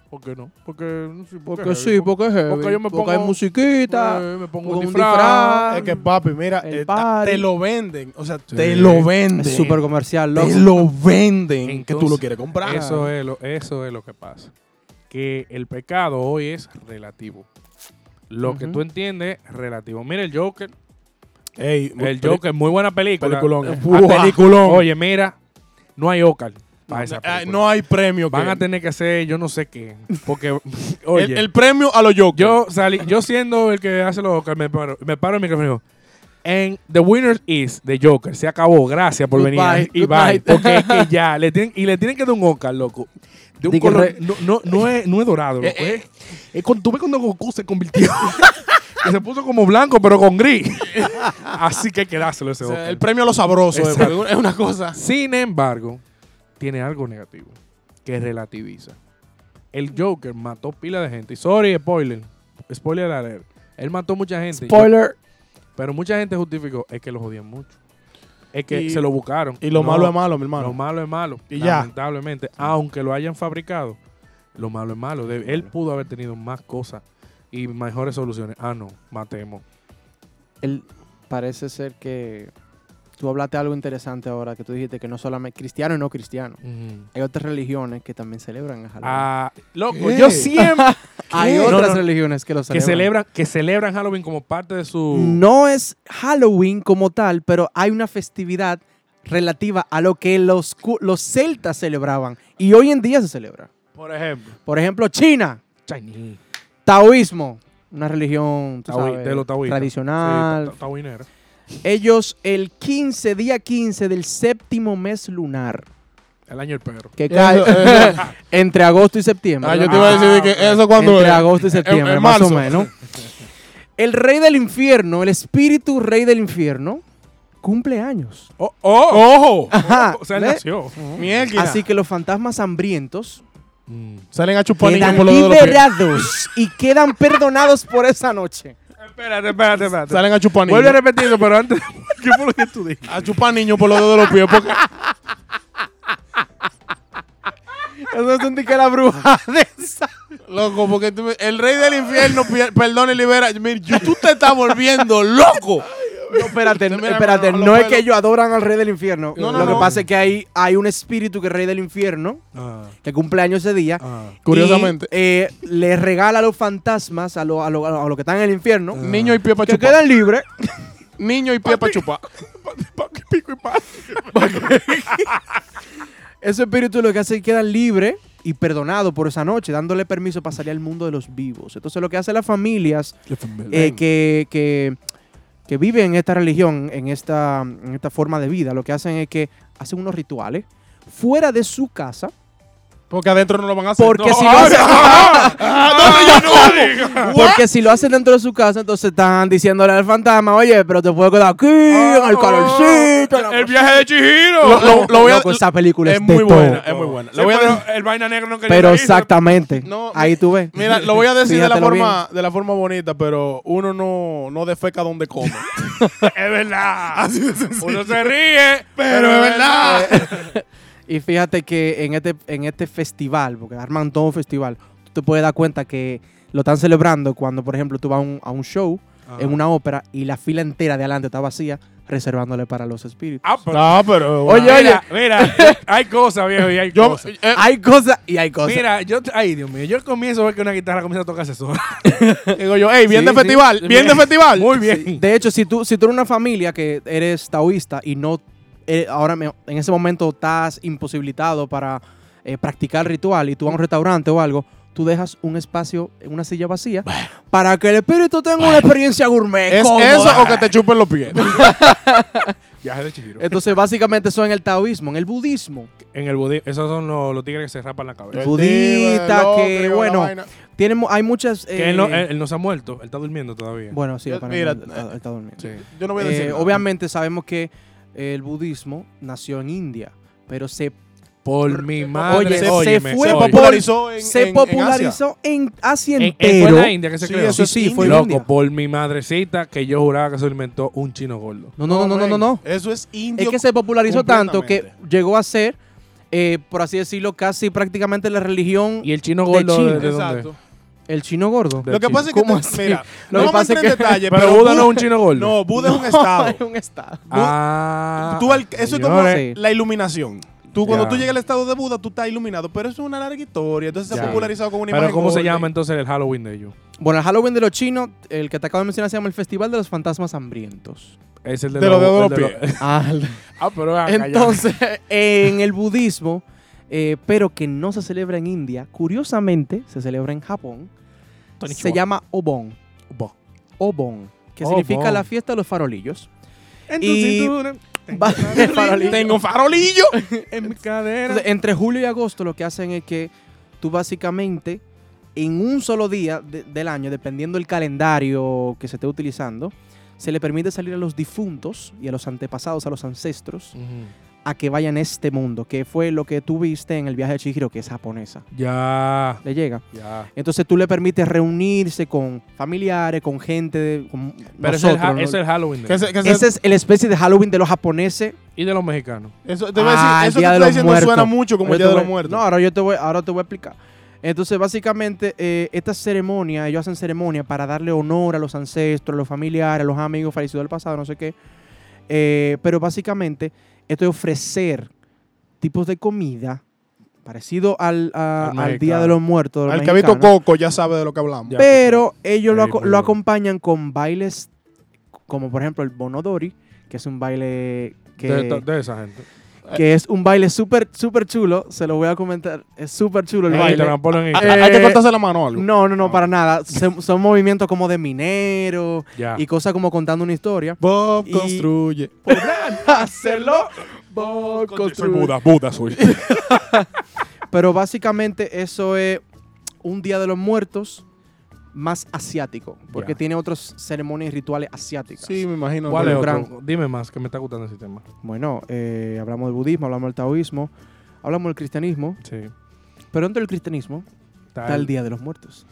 Speaker 3: ¿Por qué no? Porque, no sé, ¿por qué?
Speaker 1: Porque sí, porque es heavy.
Speaker 3: Porque yo me
Speaker 1: Porque hay
Speaker 3: pongo-
Speaker 1: musiquita.
Speaker 3: Eh, me pongo
Speaker 1: pongo
Speaker 3: un
Speaker 1: un
Speaker 3: disfraz.
Speaker 1: disfraz.
Speaker 2: es que papi, mira,
Speaker 1: El
Speaker 2: eh, ta-
Speaker 1: party.
Speaker 2: te lo venden. O sea,
Speaker 3: Sí.
Speaker 2: te lo venden.
Speaker 1: Es súper comercial, loco.
Speaker 2: Te lo venden. que tú
Speaker 3: Entonces,
Speaker 2: lo quieres comprar.
Speaker 3: Eso es, lo, eso es lo que pasa. Que el pecado hoy es relativo. Lo que
Speaker 1: Ujú.
Speaker 3: tú entiendes es relativo. Mira el Joker.
Speaker 2: Ey,
Speaker 3: El Joker, muy buena película.
Speaker 2: Peliculón.
Speaker 3: Ah,
Speaker 2: Buah.
Speaker 3: peliculón. Oye, mira, no hay Oscar para esa
Speaker 2: Ah,
Speaker 3: película.
Speaker 2: no hay premio.
Speaker 3: Van
Speaker 2: que-
Speaker 3: a tener que hacer yo no sé qué. Porque, oye,
Speaker 2: el, el premio a los Joker.
Speaker 3: yo salí, yo siendo el que hace los Oscar, me paro, me paro en el micrófono. y digo, En The Winner is The Joker. Se acabó. Gracias por venir.
Speaker 1: Goodbye,
Speaker 3: Y bye.
Speaker 1: goodbye.
Speaker 3: Porque es que ya. Le tienen, y le tienen que dar un Oscar, loco. De un
Speaker 1: Di que
Speaker 3: color-
Speaker 1: re- Eh,
Speaker 3: no, no, no, es, no es dorado, loco. es- es cuando, tú ves cuando Goku se convirtió. que se puso como blanco, pero con gris. Así que hay que dárselo a ese
Speaker 2: O sea,
Speaker 3: Oscar.
Speaker 2: el premio a los sabrosos. eh,
Speaker 3: Exacto.
Speaker 2: Es una cosa.
Speaker 3: Sin embargo, tiene algo negativo que relativiza. El Joker mató pila de gente. Y sorry, spoiler. Spoiler alert. Él mató mucha gente. Pero mucha gente justificó. Es que lo jodían mucho. Es que
Speaker 2: Y-
Speaker 3: se lo buscaron.
Speaker 2: Y lo
Speaker 3: No,
Speaker 2: malo es malo, mi hermano.
Speaker 3: Lo malo es malo.
Speaker 2: Y ya.
Speaker 3: lamentablemente. Aunque lo hayan fabricado, lo malo es malo. De- él pudo haber tenido más cosas y mejores soluciones. Ah, no. Matemos.
Speaker 1: Él- parece ser que tú hablaste algo interesante ahora, que tú dijiste que no solamente cristiano y no cristiano. Hay otras religiones que también celebran el Halloween.
Speaker 3: Ah, loco,
Speaker 2: ¿Qué?
Speaker 3: yo siempre.
Speaker 1: Hay
Speaker 3: ¿qué?
Speaker 1: otras
Speaker 3: No, no.
Speaker 1: religiones que lo
Speaker 3: que
Speaker 1: celebran.
Speaker 3: celebran que celebran Halloween como parte de su
Speaker 1: No es Halloween como tal, pero hay una festividad relativa a lo que los, cu- los celtas celebraban. Y hoy en día se celebra.
Speaker 3: por ejemplo
Speaker 1: Por ejemplo, China,
Speaker 3: Chinese
Speaker 1: taoísmo, una religión tú
Speaker 3: Taoí-
Speaker 1: sabes,
Speaker 3: de los taoístas
Speaker 1: tradicional,
Speaker 3: Sí, ta- ta- taoinera.
Speaker 1: Ellos el 15, día 15 del séptimo mes lunar,
Speaker 3: el año del perro
Speaker 1: que
Speaker 2: Eso,
Speaker 1: cae
Speaker 2: eso.
Speaker 1: entre agosto y septiembre.
Speaker 2: Ah, yo te
Speaker 1: ¿verdad?
Speaker 2: iba a decir de que
Speaker 3: Ah,
Speaker 2: eso cuando
Speaker 1: entre
Speaker 2: es.
Speaker 1: agosto y septiembre,
Speaker 2: en
Speaker 1: más o
Speaker 2: marzo.
Speaker 1: menos. El rey del infierno, el espíritu rey del infierno, cumple años.
Speaker 3: oh, oh, ojo
Speaker 1: Ajá,
Speaker 3: o sea él
Speaker 1: ¿ve?
Speaker 3: nació
Speaker 2: Mierda.
Speaker 1: Así que los fantasmas hambrientos
Speaker 3: Mm.
Speaker 2: Salen a chupar niños
Speaker 1: quedan
Speaker 2: por los dedos de los pies.
Speaker 1: liberados y quedan perdonados por esa noche.
Speaker 3: Ah, espérate espérate espérate
Speaker 2: Salen a chupar niños.
Speaker 3: vuelve a repetirlo pero antes ¿qué fue lo que tú dijiste?
Speaker 2: A chupar niños por los dedos de los pies. Porque
Speaker 1: Eso sentí que la bruja de esa.
Speaker 2: Loco, porque tú- el rey del infierno pier- perdona y libera. Mira, yo- tú te estás volviendo loco.
Speaker 1: No, espérate,
Speaker 2: Mira,
Speaker 1: no,
Speaker 2: mira,
Speaker 1: espérate.
Speaker 2: mira,
Speaker 1: No
Speaker 2: los
Speaker 1: es que
Speaker 2: pelos.
Speaker 1: ellos adoran al rey del infierno.
Speaker 2: No, no,
Speaker 1: Lo que
Speaker 2: no.
Speaker 1: pasa es que hay, hay un espíritu que es rey del infierno,
Speaker 3: ah,
Speaker 1: que cumple años ese día.
Speaker 3: ah.
Speaker 2: Curiosamente.
Speaker 1: y, eh, le regala a los fantasmas, a los a lo, a lo que están en el infierno,
Speaker 2: Ah. Niño y pie para
Speaker 1: que
Speaker 2: chupar.
Speaker 1: quedan libres.
Speaker 2: Niño y pie para chupar.
Speaker 3: Pa- que pico y pa-
Speaker 1: Ese espíritu lo que hace es que quedan libres y perdonados por esa noche, dándole permiso para salir al mundo de los vivos. Entonces lo que hacen las familias eh, que, que, que viven en esta religión, en esta, en esta forma de vida, lo que hacen es que hacen unos rituales fuera de su casa
Speaker 2: Porque adentro no lo van a hacer.
Speaker 1: Porque
Speaker 2: No,
Speaker 1: si lo
Speaker 2: ah,
Speaker 1: hacen-
Speaker 2: ah, ah, no, yo no digo.
Speaker 1: Porque si lo hacen dentro de su casa, entonces están diciéndole al fantasma, oye, pero te puedo quedar aquí, en el calorcito. en la
Speaker 3: Ah, El viaje de Chihiro.
Speaker 2: Lo- Ah, lo- lo voy a-
Speaker 1: Loco, esa película es,
Speaker 2: es muy
Speaker 1: de todo.
Speaker 2: buena, es muy buena.
Speaker 3: Sí,
Speaker 2: Lo voy a
Speaker 3: pero
Speaker 2: de-
Speaker 3: el vaina negro no quería
Speaker 1: Pero
Speaker 3: salirse.
Speaker 1: exactamente.
Speaker 2: No,
Speaker 1: ahí tú ves.
Speaker 2: Mira, lo voy a decir de la,
Speaker 1: Fíjatelo
Speaker 2: forma, de la forma bonita, pero uno no, no defeca donde come.
Speaker 3: Es verdad. Uno se ríe,
Speaker 2: pero es verdad.
Speaker 3: eh.
Speaker 1: Y fíjate que en este, en este festival, porque arman todo un festival, tú te puedes dar cuenta que lo están celebrando cuando, por ejemplo, tú vas a un, a un show en una ópera y la fila entera de adelante está vacía, reservándole para los espíritus.
Speaker 3: Ah, pero-
Speaker 2: No, pero.
Speaker 1: Oye,
Speaker 3: mira, mira, hay cosas, viejo, y hay
Speaker 2: yo.
Speaker 3: cosas.
Speaker 2: eh,
Speaker 1: Hay cosas y hay cosas.
Speaker 3: Mira, yo, ay, Dios mío, yo comienzo a ver que una guitarra comienza a tocarse sola.
Speaker 2: eh, digo yo, hey, bien
Speaker 3: Sí,
Speaker 2: de
Speaker 3: sí.
Speaker 2: festival, bien de festival.
Speaker 3: Muy bien.
Speaker 1: De hecho, si tú, si tú eres una familia que eres taoísta y no eh, ahora me- en ese momento estás imposibilitado para eh, practicar el ritual y tú vas a un restaurante o algo, tú dejas un espacio, una silla vacía para que el espíritu tenga una experiencia gourmet.
Speaker 2: ¿Es
Speaker 1: cómoda.
Speaker 2: eso o que te chupen los pies?
Speaker 3: Viaje de Chihiro.
Speaker 1: Entonces, básicamente eso en el taoísmo, en el budismo.
Speaker 3: En el budismo, esos son los, los tigres que se rapan la cabeza.
Speaker 1: Budita, que, bueno, Tiene, mu- hay muchas...
Speaker 3: Que
Speaker 1: eh,
Speaker 3: él no, él- él no se ha muerto, él está durmiendo todavía.
Speaker 1: bueno, sí,
Speaker 2: Eh,
Speaker 1: mira,
Speaker 2: mira,
Speaker 1: está, está durmiendo.
Speaker 3: Sí.
Speaker 2: Yo no voy a
Speaker 1: Eh,
Speaker 2: decir. nada.
Speaker 1: obviamente sabemos que el budismo nació en India, pero se
Speaker 3: Por mi madre.
Speaker 1: Oye, se
Speaker 3: óyeme,
Speaker 1: fue
Speaker 2: Se
Speaker 1: Oye.
Speaker 2: popularizó en.
Speaker 1: se
Speaker 2: en- en Asia.
Speaker 1: popularizó en Asia,
Speaker 3: En, en- fue en
Speaker 1: entero.
Speaker 3: la India que se
Speaker 2: Sí,
Speaker 3: creó.
Speaker 2: eso es
Speaker 1: Sí, sí,
Speaker 2: indio.
Speaker 1: fue en
Speaker 3: Loco,
Speaker 1: India.
Speaker 3: por mi madrecita que yo juraba que se lo inventó un chino gordo.
Speaker 1: No, no, no, no, no, no, no.
Speaker 2: Eso es
Speaker 1: Es
Speaker 2: indio.
Speaker 1: que se popularizó tanto que
Speaker 2: completamente.
Speaker 1: llegó a ser, eh, por así decirlo, casi prácticamente la religión
Speaker 3: Y el chino
Speaker 1: De
Speaker 3: gordo
Speaker 1: China.
Speaker 3: de, de dónde?
Speaker 2: Exacto.
Speaker 1: el chino gordo.
Speaker 3: De-
Speaker 2: Lo que pasa es que.
Speaker 1: ¿Cómo
Speaker 2: te-
Speaker 1: así?
Speaker 2: Mira,
Speaker 1: Lo
Speaker 2: no
Speaker 1: que
Speaker 2: vamos
Speaker 1: pasa
Speaker 2: a
Speaker 1: es
Speaker 2: entrar en
Speaker 1: que-
Speaker 2: detalle,
Speaker 3: Pero Buda no es un chino gordo.
Speaker 2: No, Buda es un
Speaker 1: Es
Speaker 2: estado.
Speaker 1: un estado.
Speaker 3: Ah.
Speaker 2: Tú al- eso es como
Speaker 3: señores.
Speaker 1: Sí.
Speaker 2: la iluminación. Tú cuando
Speaker 3: Ya.
Speaker 2: tú llegas al estado de Buda, tú estás iluminado, pero eso es una larga historia. Entonces se
Speaker 3: Ya.
Speaker 2: ha popularizado con una imagen.
Speaker 3: Pero ¿cómo se
Speaker 2: gorda.
Speaker 3: llama entonces el Halloween de ellos?
Speaker 1: Bueno, el Halloween de los chinos, el que te acabo de mencionar, se llama el Festival de los Fantasmas Hambrientos.
Speaker 3: Es el de,
Speaker 2: De los dedos
Speaker 3: el
Speaker 2: de los
Speaker 3: de
Speaker 2: pies.
Speaker 1: Ah,
Speaker 3: Ah, pero vean, calla.
Speaker 1: Entonces, en el budismo, eh, pero que no se celebra en India, curiosamente se celebra en Japón, se
Speaker 3: Konnichiwa.
Speaker 1: llama Obon.
Speaker 3: Obon.
Speaker 1: Obon, que
Speaker 3: Obon.
Speaker 1: significa la fiesta de los farolillos.
Speaker 3: En
Speaker 1: y-
Speaker 3: cintura, en
Speaker 1: Va-
Speaker 3: tu cadera,
Speaker 1: farolillo.
Speaker 2: Tengo un farolillo.
Speaker 3: en mi cadera.
Speaker 1: Entonces, entre julio y agosto lo que hacen es que tú básicamente en un solo día de- del año, dependiendo del calendario que se esté utilizando, se le permite salir a los difuntos y a los antepasados, a los ancestros,
Speaker 3: Ujú.
Speaker 1: a que vayan a este mundo, que fue lo que tú viste en el viaje de Chihiro, que es japonesa.
Speaker 3: Ya,
Speaker 1: Le llega.
Speaker 3: ya.
Speaker 1: Entonces tú le permites reunirse con familiares, con gente, de- con
Speaker 3: Pero es el,
Speaker 1: nosotros,
Speaker 3: ha-
Speaker 1: ¿no?
Speaker 3: es el Halloween. de
Speaker 2: Que se-
Speaker 3: ellos.
Speaker 2: que se-
Speaker 1: Ese es la especie de Halloween de los japoneses.
Speaker 3: Y de los mexicanos.
Speaker 2: eso, te voy a decir,
Speaker 1: Ah, el
Speaker 2: eso que
Speaker 1: Día
Speaker 2: tú
Speaker 1: de
Speaker 2: estás
Speaker 1: los
Speaker 2: diciendo suena
Speaker 1: Muertos.
Speaker 2: mucho como
Speaker 1: Yo
Speaker 2: el
Speaker 1: te
Speaker 2: Día de
Speaker 1: voy-
Speaker 2: los Muertos.
Speaker 1: No, ahora yo te voy, ahora te voy a explicar. Entonces, básicamente, eh, esta ceremonia, ellos hacen ceremonia para darle honor a los ancestros, a los familiares, a los amigos fallecidos del pasado, no sé qué. Eh, pero básicamente, esto es ofrecer tipos de comida parecido al,
Speaker 3: Al
Speaker 1: a- al Día
Speaker 3: mexicano.
Speaker 1: de los Muertos. de los
Speaker 2: Al que ha visto
Speaker 1: mexicanos.
Speaker 2: Coco ya sabe de lo que hablamos.
Speaker 3: Ya.
Speaker 1: Pero ellos lo,
Speaker 3: Ahí,
Speaker 1: aco-
Speaker 3: muy
Speaker 1: lo
Speaker 3: bueno.
Speaker 1: acompañan con bailes como por ejemplo el Bonodori, que es un baile
Speaker 3: De, de-
Speaker 1: que,
Speaker 3: de esa gente.
Speaker 1: que es un baile súper súper chulo, se lo voy a comentar, es súper chulo el
Speaker 3: Ahí te
Speaker 1: baile.
Speaker 3: la ponen en-
Speaker 2: Ah, ah, Hay que
Speaker 1: Eh,
Speaker 2: cortarse la mano o algo.
Speaker 1: No, no, no,
Speaker 2: Ah.
Speaker 1: para nada. Se- son movimientos como de minero
Speaker 3: Ya.
Speaker 1: y cosas como contando una historia.
Speaker 2: Bob
Speaker 1: Y-
Speaker 2: construye.
Speaker 1: Hacerlo.
Speaker 2: Soy Buda.
Speaker 3: Buda soy.
Speaker 1: Pero básicamente eso es un Día de los Muertos más asiático, porque
Speaker 3: Ya.
Speaker 1: tiene otras ceremonias y rituales asiáticas.
Speaker 2: Sí, me imagino.
Speaker 3: ¿Cuál es
Speaker 1: Gran-
Speaker 3: otro? Dime más, que me está gustando ese tema.
Speaker 1: Bueno, eh, hablamos del budismo, hablamos del taoísmo, hablamos del cristianismo,
Speaker 3: Sí.
Speaker 1: pero dentro del cristianismo está el Día de los Muertos.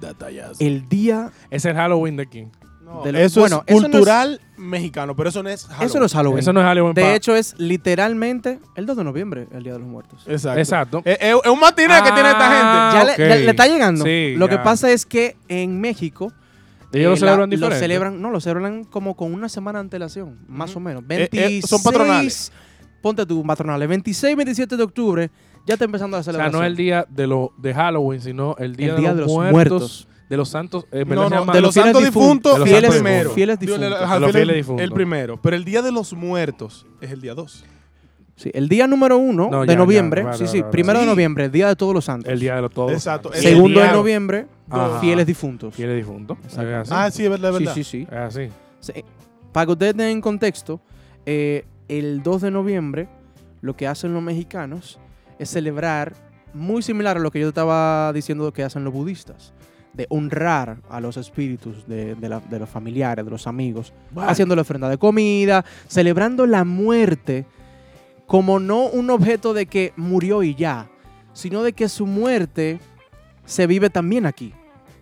Speaker 2: Detallazo.
Speaker 1: El día,
Speaker 3: Es el Halloween de aquí.
Speaker 2: No,
Speaker 1: de lo-
Speaker 2: eso
Speaker 1: bueno,
Speaker 2: es
Speaker 1: eso no es-
Speaker 2: cultural mexicano, pero eso no es Halloween.
Speaker 1: eso no es Halloween.
Speaker 3: Eso no es Halloween. pa-
Speaker 1: de hecho, es literalmente el 2 de noviembre, el Día de los Muertos.
Speaker 2: Exacto.
Speaker 3: Exacto.
Speaker 2: Es, es- es un matiné que tiene esta gente.
Speaker 3: Ah,
Speaker 1: ya le-
Speaker 3: ok.
Speaker 1: le, le está llegando.
Speaker 3: Sí,
Speaker 1: lo que
Speaker 3: ya.
Speaker 1: pasa es que en México
Speaker 3: Ellos lo
Speaker 1: eh,
Speaker 3: celebran
Speaker 1: la- lo
Speaker 3: diferente.
Speaker 1: celebran- no, lo celebran como con una semana de antelación, más
Speaker 2: Ujú.
Speaker 1: o menos.
Speaker 2: Eh,
Speaker 1: 26,
Speaker 2: eh, son patronales.
Speaker 1: Ponte tú, patronales. 26, 27 de octubre ya está empezando la
Speaker 3: O sea,
Speaker 1: celebración.
Speaker 3: no es el día de, lo, de Halloween, sino el día, de, los muertos, De los santos. eh, ¿verdad?
Speaker 2: No,
Speaker 3: Se
Speaker 2: no,
Speaker 3: llama-
Speaker 2: de los
Speaker 1: los
Speaker 2: santos
Speaker 1: fieles difuntos.
Speaker 2: difuntos,
Speaker 3: De los
Speaker 2: fieles
Speaker 3: santos
Speaker 2: primero.
Speaker 1: fieles
Speaker 2: Digo,
Speaker 1: difuntos.
Speaker 2: ajá,
Speaker 3: De los fieles
Speaker 2: el-
Speaker 3: difuntos.
Speaker 2: El primero. Pero el día de los muertos es el día 2.
Speaker 1: Sí, el día número uno
Speaker 3: No,
Speaker 1: de
Speaker 3: ya, ya,
Speaker 1: noviembre.
Speaker 3: vale,
Speaker 1: sí, sí,
Speaker 3: vale, vale.
Speaker 1: primero
Speaker 2: Sí.
Speaker 1: de noviembre, el día de todos los santos.
Speaker 3: El día de los todos.
Speaker 2: Exacto.
Speaker 3: santos.
Speaker 2: el
Speaker 1: Segundo
Speaker 3: día-
Speaker 1: de noviembre,
Speaker 3: Ajá.
Speaker 1: fieles difuntos.
Speaker 3: Fieles difuntos. Es
Speaker 1: Exacto.
Speaker 3: así.
Speaker 2: Ah, sí, es verdad, es
Speaker 1: sí,
Speaker 2: verdad.
Speaker 1: sí, sí.
Speaker 3: Es así.
Speaker 1: Se- Para que ustedes tengan en contexto, eh, el 2 de noviembre, lo que hacen los mexicanos es celebrar muy similar a lo que yo te estaba diciendo que hacen los budistas, de honrar a los espíritus de, de la- de los familiares, de los amigos, haciendo la ofrenda de comida, celebrando la muerte como no un objeto de que murió y ya, sino de que su muerte se vive también aquí,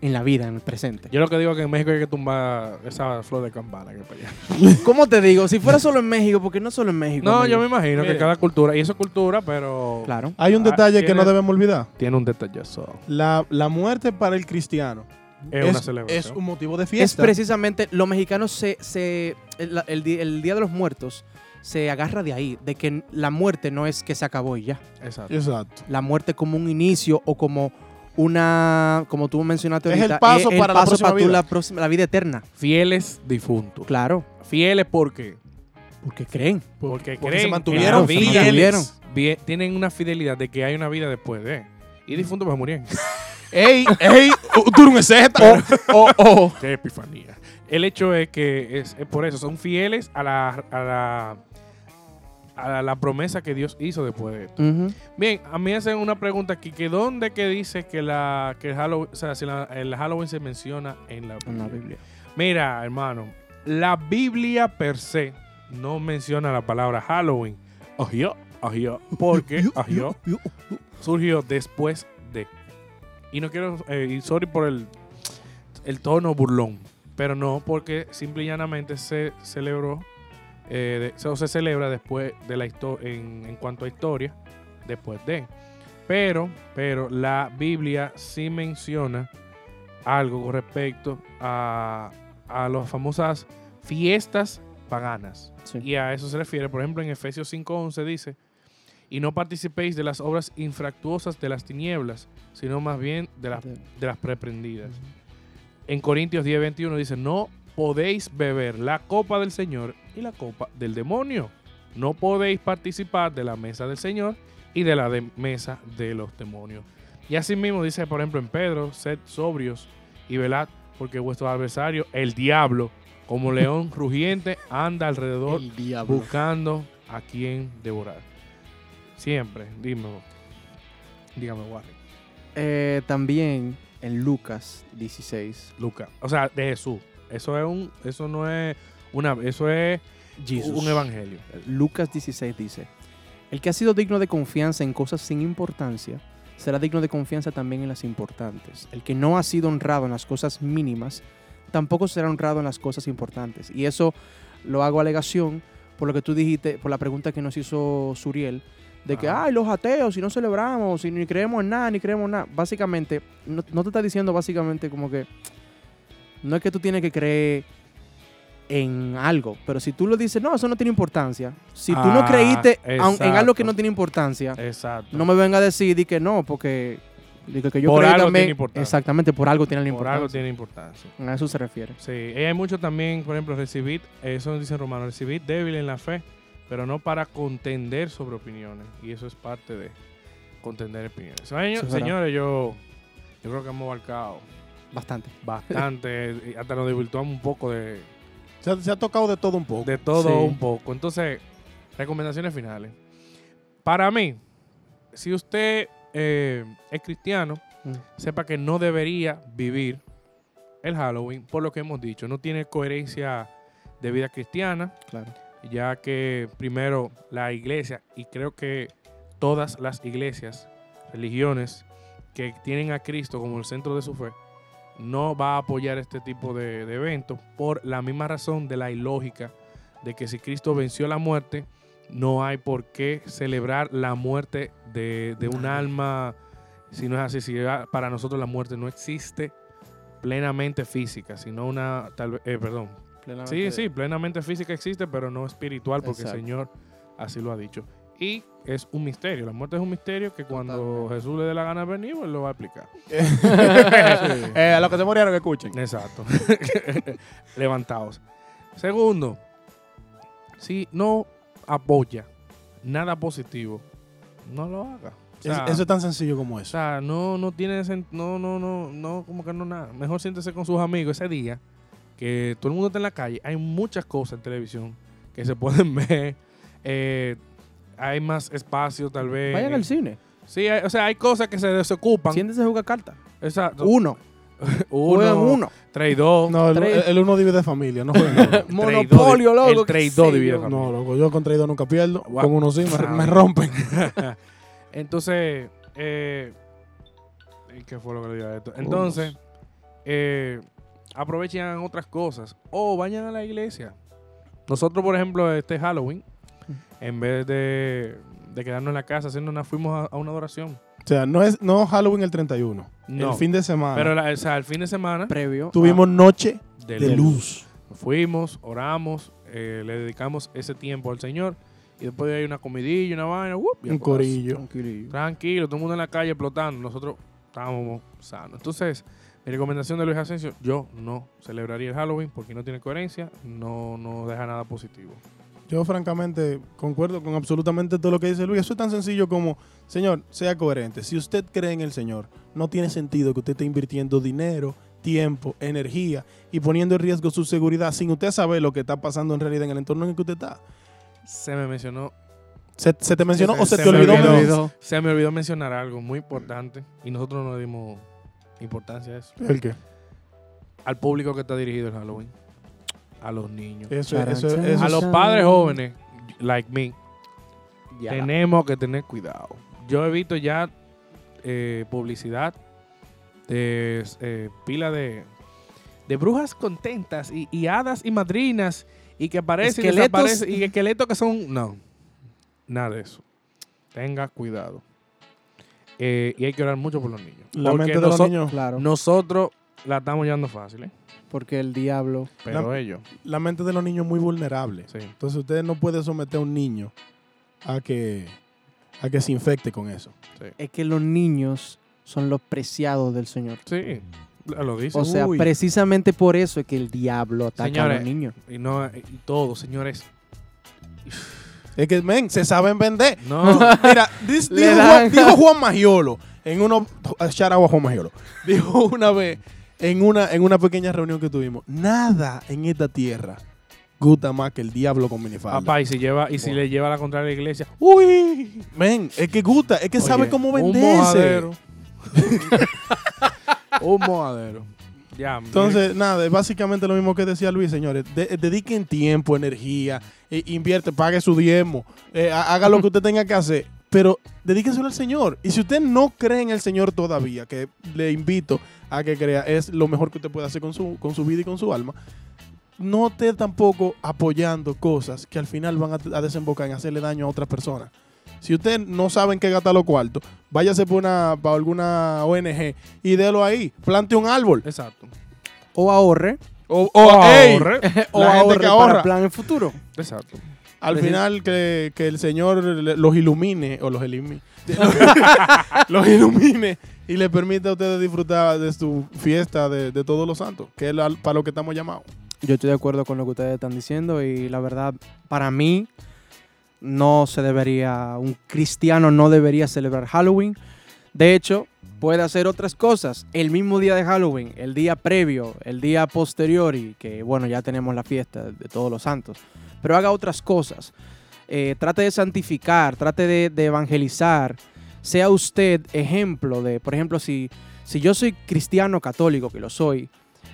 Speaker 1: en la vida, en el presente.
Speaker 3: Yo lo que digo es que en México hay que tumbar esa flor de campana que hay para allá.
Speaker 1: ¿Cómo te digo? Si fuera solo en México, porque no solo en México.
Speaker 3: No,
Speaker 1: amigo.
Speaker 3: yo me imagino
Speaker 2: Mire.
Speaker 3: que cada cultura, y eso es cultura, pero
Speaker 1: Claro.
Speaker 2: Hay un
Speaker 3: Ah,
Speaker 2: detalle que no
Speaker 3: tiene-
Speaker 2: debemos olvidar.
Speaker 3: tiene un detallazo.
Speaker 2: La, la muerte para el cristiano
Speaker 3: Es, una celebración.
Speaker 2: es un motivo de
Speaker 1: Es
Speaker 2: fiesta.
Speaker 1: precisamente, los mexicanos se... se el, la- el di- el Día de los Muertos se agarra de ahí, de que la muerte no es que se acabó y ya.
Speaker 3: Exacto.
Speaker 2: Exacto.
Speaker 1: La muerte como un inicio o como una... Como tú mencionaste
Speaker 2: Es el
Speaker 1: ahorita.
Speaker 2: paso para la próxima
Speaker 1: para tu-
Speaker 2: vida.
Speaker 1: la próxima- la vida eterna.
Speaker 3: Fieles difuntos.
Speaker 1: Claro,
Speaker 3: Fieles porque
Speaker 1: porque creen.
Speaker 3: porque,
Speaker 2: porque
Speaker 3: creen
Speaker 2: se
Speaker 3: en
Speaker 2: mantuvieron
Speaker 3: la vida.
Speaker 1: se mantuvieron.
Speaker 3: Vie- tienen una fidelidad de que hay una vida después de. Y difuntos pues murieron.
Speaker 2: ¡Ey! ¡Ey! ¡Tú eres un exégeta.
Speaker 3: oh, oh. Qué epifanía. El hecho es que es, es por eso, son fieles a la, a la a la, la promesa que Dios hizo después de esto.
Speaker 1: Ujú.
Speaker 3: Bien, a mí hacen una pregunta aquí, que ¿dónde que dice que la que el Halloween, o sea, si la- el Halloween se menciona en la
Speaker 1: En
Speaker 3: Biblia?
Speaker 1: la Biblia.
Speaker 3: Mira, hermano, la Biblia per se no menciona la palabra Halloween. Ojo, ojo, porque ojo, surgió después de. Y no quiero, eh, y sorry por el, el tono burlón, pero no, porque simple y llanamente se celebró, eh, de- o se celebra después de la historia, en, en cuanto a historia, después de. Pero, pero la Biblia sí menciona algo con respecto a, a las famosas fiestas paganas.
Speaker 1: Sí.
Speaker 3: Y a eso se refiere, por ejemplo, en Efesios 5.11 dice, y no participéis de las obras infractuosas de las tinieblas, sino más bien de las, de las reprendidas. En Corintios 10.21 dice, no podéis beber la copa del Señor y la copa del demonio. No podéis participar de la mesa del Señor y de la de- mesa de los demonios. Y así mismo dice, por ejemplo, en Pedro, sed sobrios y velad, porque vuestro adversario, el diablo, como león rugiente, anda alrededor
Speaker 5: El diablo.
Speaker 3: buscando a quien devorar. Siempre, dímelo. Dígame, Warren.
Speaker 1: Eh, también en Lucas 16.
Speaker 3: Lucas. O sea, de Jesús. Eso es un, eso no es una, eso es un evangelio.
Speaker 1: Lucas 16 dice, el que ha sido digno de confianza en cosas sin importancia, será digno de confianza también en las importantes. El que no ha sido honrado en las cosas mínimas, tampoco será honrado en las cosas importantes. Y eso lo hago alegación por lo que tú dijiste, por la pregunta que nos hizo Suriel, de que,
Speaker 3: Ajá.
Speaker 1: ay, los ateos, si no celebramos, si ni creemos en nada, ni creemos en nada. Básicamente, no, no te está diciendo básicamente como que, no es que tú tienes que creer en algo, pero si tú lo dices, no, eso no tiene importancia. Si tú no
Speaker 3: Ah,
Speaker 1: creíste aun- en algo que
Speaker 3: exacto.
Speaker 1: no tiene importancia,
Speaker 3: Exacto.
Speaker 1: no me venga a decir di que no, porque di que, que yo
Speaker 3: Por
Speaker 1: creo
Speaker 3: algo
Speaker 1: también-
Speaker 3: tiene importancia.
Speaker 1: Exactamente, por algo tiene la
Speaker 3: Por
Speaker 1: importancia.
Speaker 3: algo tiene importancia.
Speaker 1: A eso se refiere.
Speaker 3: Sí, y hay mucho también, por ejemplo, recibid, eso dice en Romano, recibid débil en la fe, pero no para contender sobre opiniones. Y eso es parte de contender opiniones. Señor-
Speaker 1: Eso es verdad.
Speaker 3: señores, yo, yo creo que hemos abarcado
Speaker 1: Bastante.
Speaker 3: bastante, y hasta nos divirtuamos un poco de,
Speaker 2: Se, ha- se ha tocado de todo un poco.
Speaker 3: de todo
Speaker 1: Sí.
Speaker 3: un poco. Entonces, recomendaciones finales. Para mí, si usted eh, es cristiano,
Speaker 1: Mm.
Speaker 3: sepa que no debería vivir el Halloween, por lo que hemos dicho. No tiene coherencia de vida cristiana,
Speaker 1: Claro.
Speaker 3: ya que primero la iglesia, y creo que todas las iglesias, religiones que tienen a Cristo como el centro de su fe, no va a apoyar este tipo de, de eventos por la misma razón de la ilógica de que si Cristo venció la muerte, no hay por qué celebrar la muerte de, de un alma, si no es así, si ya para nosotros la muerte no existe plenamente física, sino una, tal vez, eh, perdón, Sí, sí, plenamente física existe, pero no espiritual, porque
Speaker 1: Exacto.
Speaker 3: el Señor así lo ha dicho. Y es un misterio. La muerte es un misterio que cuando Jesús le dé la gana de venir, pues lo va a explicar.
Speaker 2: Eh, a los que se murieron, que escuchen.
Speaker 3: Exacto. Levantados. Segundo, si no apoya nada positivo, no lo haga. O
Speaker 2: Es-
Speaker 3: sea,
Speaker 2: eso es tan sencillo como
Speaker 3: o
Speaker 2: eso.
Speaker 3: sea, no, no tiene sen- no, no, no, no, como que no nada. Mejor siéntese con sus amigos ese día que todo el mundo está en la calle. Hay muchas cosas en televisión que se pueden ver. Eh, hay más espacio, tal vez.
Speaker 1: Vayan al cine.
Speaker 3: Sí, hay- o sea, hay cosas que se desocupan.
Speaker 1: Siéntese a jugar cartas.
Speaker 3: Exacto.
Speaker 1: Uno. Juegan uno.
Speaker 3: Traidor.
Speaker 2: No, el,
Speaker 1: Tres.
Speaker 2: el uno divide familia, no juega nada.
Speaker 1: Monopolio,
Speaker 3: de-
Speaker 1: loco.
Speaker 3: el
Speaker 1: qué
Speaker 3: traidor
Speaker 1: sé
Speaker 3: divide
Speaker 1: yo.
Speaker 3: familia.
Speaker 2: No, loco, yo con traidor nunca pierdo.
Speaker 3: Guau.
Speaker 2: Con uno sí, me,
Speaker 3: Ah.
Speaker 2: me rompen.
Speaker 3: Entonces, eh, ¿qué fue lo que le dije a esto? Entonces, eh, aprovechen y hagan otras cosas. O vayan a la iglesia. Nosotros, por ejemplo, este Halloween, en vez de, de quedarnos en la casa haciendo una, fuimos a, a una adoración.
Speaker 2: O sea, no es no Halloween el 31.
Speaker 3: No.
Speaker 2: El fin de semana.
Speaker 3: Pero la- o sea, el fin de semana
Speaker 1: Previo.
Speaker 2: tuvimos noche
Speaker 3: de
Speaker 2: de
Speaker 3: luz.
Speaker 2: luz.
Speaker 3: Fuimos, oramos, eh, le dedicamos ese tiempo al Señor. Y después de ahí una comidilla, una vaina, ¡wup! y a corazón.
Speaker 2: Un
Speaker 1: a-
Speaker 2: corillo.
Speaker 1: Tranquilillo.
Speaker 3: Tranquilo, todo el mundo en la calle explotando. Nosotros estábamos sanos. Entonces, mi recomendación de Luis Asensio, yo no celebraría el Halloween porque no tiene coherencia, no, no deja nada positivo.
Speaker 2: Yo, francamente, concuerdo con absolutamente todo lo que dice Luis. Eso es tan sencillo como, señor, sea coherente. Si usted cree en el Señor, no tiene sentido que usted esté invirtiendo dinero, tiempo, energía y poniendo en riesgo su seguridad sin usted saber lo que está pasando en realidad en el entorno en el que usted está.
Speaker 3: Se me mencionó,
Speaker 2: ¿Se, se te mencionó
Speaker 3: Se-
Speaker 2: o se,
Speaker 3: Eh, se
Speaker 2: te
Speaker 3: me
Speaker 2: olvidó?
Speaker 3: olvidó.
Speaker 2: men-
Speaker 3: se me olvidó mencionar algo muy importante y nosotros no le dimos importancia a eso.
Speaker 2: ¿El qué?
Speaker 3: Al público que está dirigido el Halloween, a los niños,
Speaker 2: Eso, eso-
Speaker 1: Charan,
Speaker 2: eso-
Speaker 3: a los padres jóvenes, like me,
Speaker 1: Ya.
Speaker 3: Tenemos que tener cuidado. Yo he visto ya eh, publicidad de eh, pila de, de brujas contentas y, y hadas y madrinas y que aparecen y
Speaker 1: Esqueletos.
Speaker 3: desaparecen y esqueletos que son... No, nada de eso. Tenga cuidado. Eh, y hay que orar mucho por los niños.
Speaker 2: la
Speaker 3: Porque
Speaker 2: mente de los
Speaker 3: noso-
Speaker 2: niños.
Speaker 1: Claro.
Speaker 3: Nosotros la estamos llevando fácil, ¿eh?
Speaker 1: Porque el diablo.
Speaker 3: pero ellos,
Speaker 2: La mente de los niños es muy vulnerable.
Speaker 3: sí.
Speaker 2: Entonces usted no puede someter a un niño a que, a que se infecte con eso.
Speaker 1: Es que los niños son los preciados del Señor.
Speaker 3: Sí, lo dice.
Speaker 1: O sea,
Speaker 3: Uy.
Speaker 1: precisamente por eso es que el diablo ataca a
Speaker 3: Señores,
Speaker 1: los niños.
Speaker 3: y no, y todo, señores.
Speaker 2: Es que, men, se saben vender.
Speaker 3: No,
Speaker 2: Mira, dis-
Speaker 1: Le
Speaker 2: dijo,
Speaker 1: dan-
Speaker 2: Juan, dijo Juan Magiolo en uno shout out a Juan Magiolo. Dijo una vez en una, en una pequeña reunión que tuvimos, nada en esta tierra gusta más que el diablo con minifalda.
Speaker 3: Papá, y si, lleva, y si
Speaker 2: Bueno.
Speaker 3: le lleva la contraria a la iglesia,
Speaker 2: Uy, men, es que gusta, es que sabe
Speaker 3: Oye,
Speaker 2: cómo
Speaker 3: un
Speaker 2: venderse.
Speaker 3: mojadero. un mojadero. Ya, mire,
Speaker 2: Entonces, nada, es básicamente lo mismo que decía Luis, señores. De- dediquen tiempo, energía, eh, invierte, pague su diezmo, eh, ha- haga lo que usted tenga que hacer, pero dedíquenselo al Señor. Y si usted no cree en el Señor todavía, que le invito a que crea, es lo mejor que usted puede hacer con su, con su vida y con su alma, no esté tampoco apoyando cosas que al final van a, a desembocar en hacerle daño a otras personas. Si usted no sabe en qué gastar los cuartos, váyase por una, para alguna ONG y délo ahí. Plante un árbol.
Speaker 3: Exacto.
Speaker 1: O ahorre.
Speaker 2: O,
Speaker 3: ey,
Speaker 1: O
Speaker 2: La gente
Speaker 1: ahorre
Speaker 2: que
Speaker 1: para
Speaker 2: ahorra.
Speaker 1: plan en futuro.
Speaker 3: Exacto.
Speaker 2: Al
Speaker 1: Decir-
Speaker 2: final que, que el Señor le- los ilumine o los elimine. los ilumine y le permita a ustedes disfrutar de su fiesta de, de todos los santos, que es la- para lo que estamos llamados.
Speaker 1: Yo estoy de acuerdo con lo que ustedes están diciendo y la verdad, para mí, no se debería, un cristiano no debería celebrar Halloween. De hecho, puede hacer otras cosas el mismo día de Halloween, el día previo, el día posterior y que bueno, ya tenemos la fiesta de todos los santos. Pero haga otras cosas. Eh, trate de santificar, trate de, de evangelizar. Sea usted ejemplo de, por ejemplo, si, si yo soy cristiano católico, que lo soy,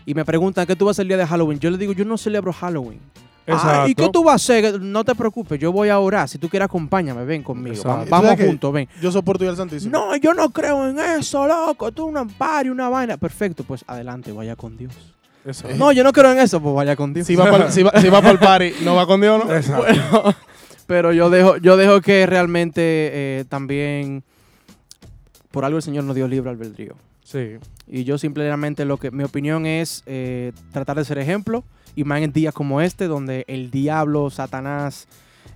Speaker 1: y me preguntan qué tú vas a hacer el día de Halloween, yo le digo, yo no celebro Halloween.
Speaker 3: Exacto.
Speaker 1: "Ah, ¿Y qué tú vas a hacer? No te preocupes, yo voy a orar. Si tú quieres, acompáñame, ven conmigo.
Speaker 3: Exacto.
Speaker 1: va-
Speaker 2: ¿Tú
Speaker 1: Vamos
Speaker 2: sabes qué?
Speaker 1: juntos, ven.
Speaker 2: Yo soporto yo al Santísimo.
Speaker 1: No, yo no creo en eso, loco. Tú una amparo, una vaina. Perfecto, pues adelante, vaya con Dios.
Speaker 3: Exacto.
Speaker 1: No, yo no creo en eso, pues vaya con Dios.
Speaker 2: Si Eh. va para si va, si va pa'l party, no va con Dios, ¿no?
Speaker 3: Exacto.
Speaker 1: Bueno, pero yo dejo, yo dejo que realmente eh, también por algo el Señor nos dio libre albedrío.
Speaker 3: Sí.
Speaker 1: Y yo simplemente lo que mi opinión es eh, tratar de ser ejemplo. Y más en días como este, donde el diablo, Satanás,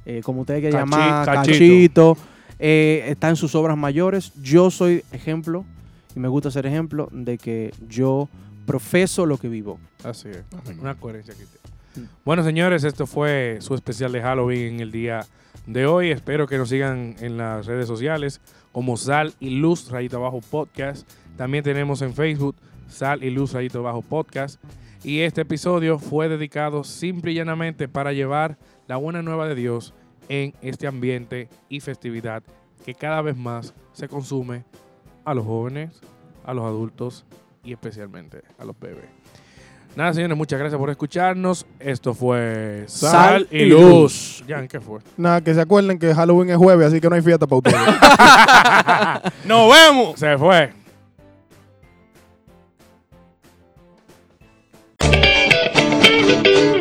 Speaker 1: eh, como ustedes que
Speaker 3: Cachi-
Speaker 1: llamar,
Speaker 3: cachito.
Speaker 1: cachito, eh, está en sus obras mayores. Yo soy ejemplo, y me gusta ser ejemplo, de que yo profeso lo que vivo.
Speaker 3: Así es.
Speaker 2: Amén.
Speaker 3: Una coherencia que tiene. Bueno, señores, esto fue su especial de Halloween en el día de hoy. Espero que nos sigan en las redes sociales como Sal y Luz Rayito Abajo Podcast. También tenemos en Facebook Sal y Luz Rayito Abajo Podcast. Y este episodio fue dedicado simple y llanamente para llevar la buena nueva de Dios en este ambiente y festividad que cada vez más se consume a los jóvenes, a los adultos y especialmente a los bebés. Nada, señores, muchas gracias por escucharnos. Esto fue Sal,
Speaker 2: Sal
Speaker 3: y
Speaker 2: y
Speaker 3: Luz. Jan, ¿qué fue?
Speaker 2: Nada, que se acuerden que Halloween es jueves, así que no hay fiesta para ustedes.
Speaker 3: ¡Nos vemos! Se fue.
Speaker 5: Thank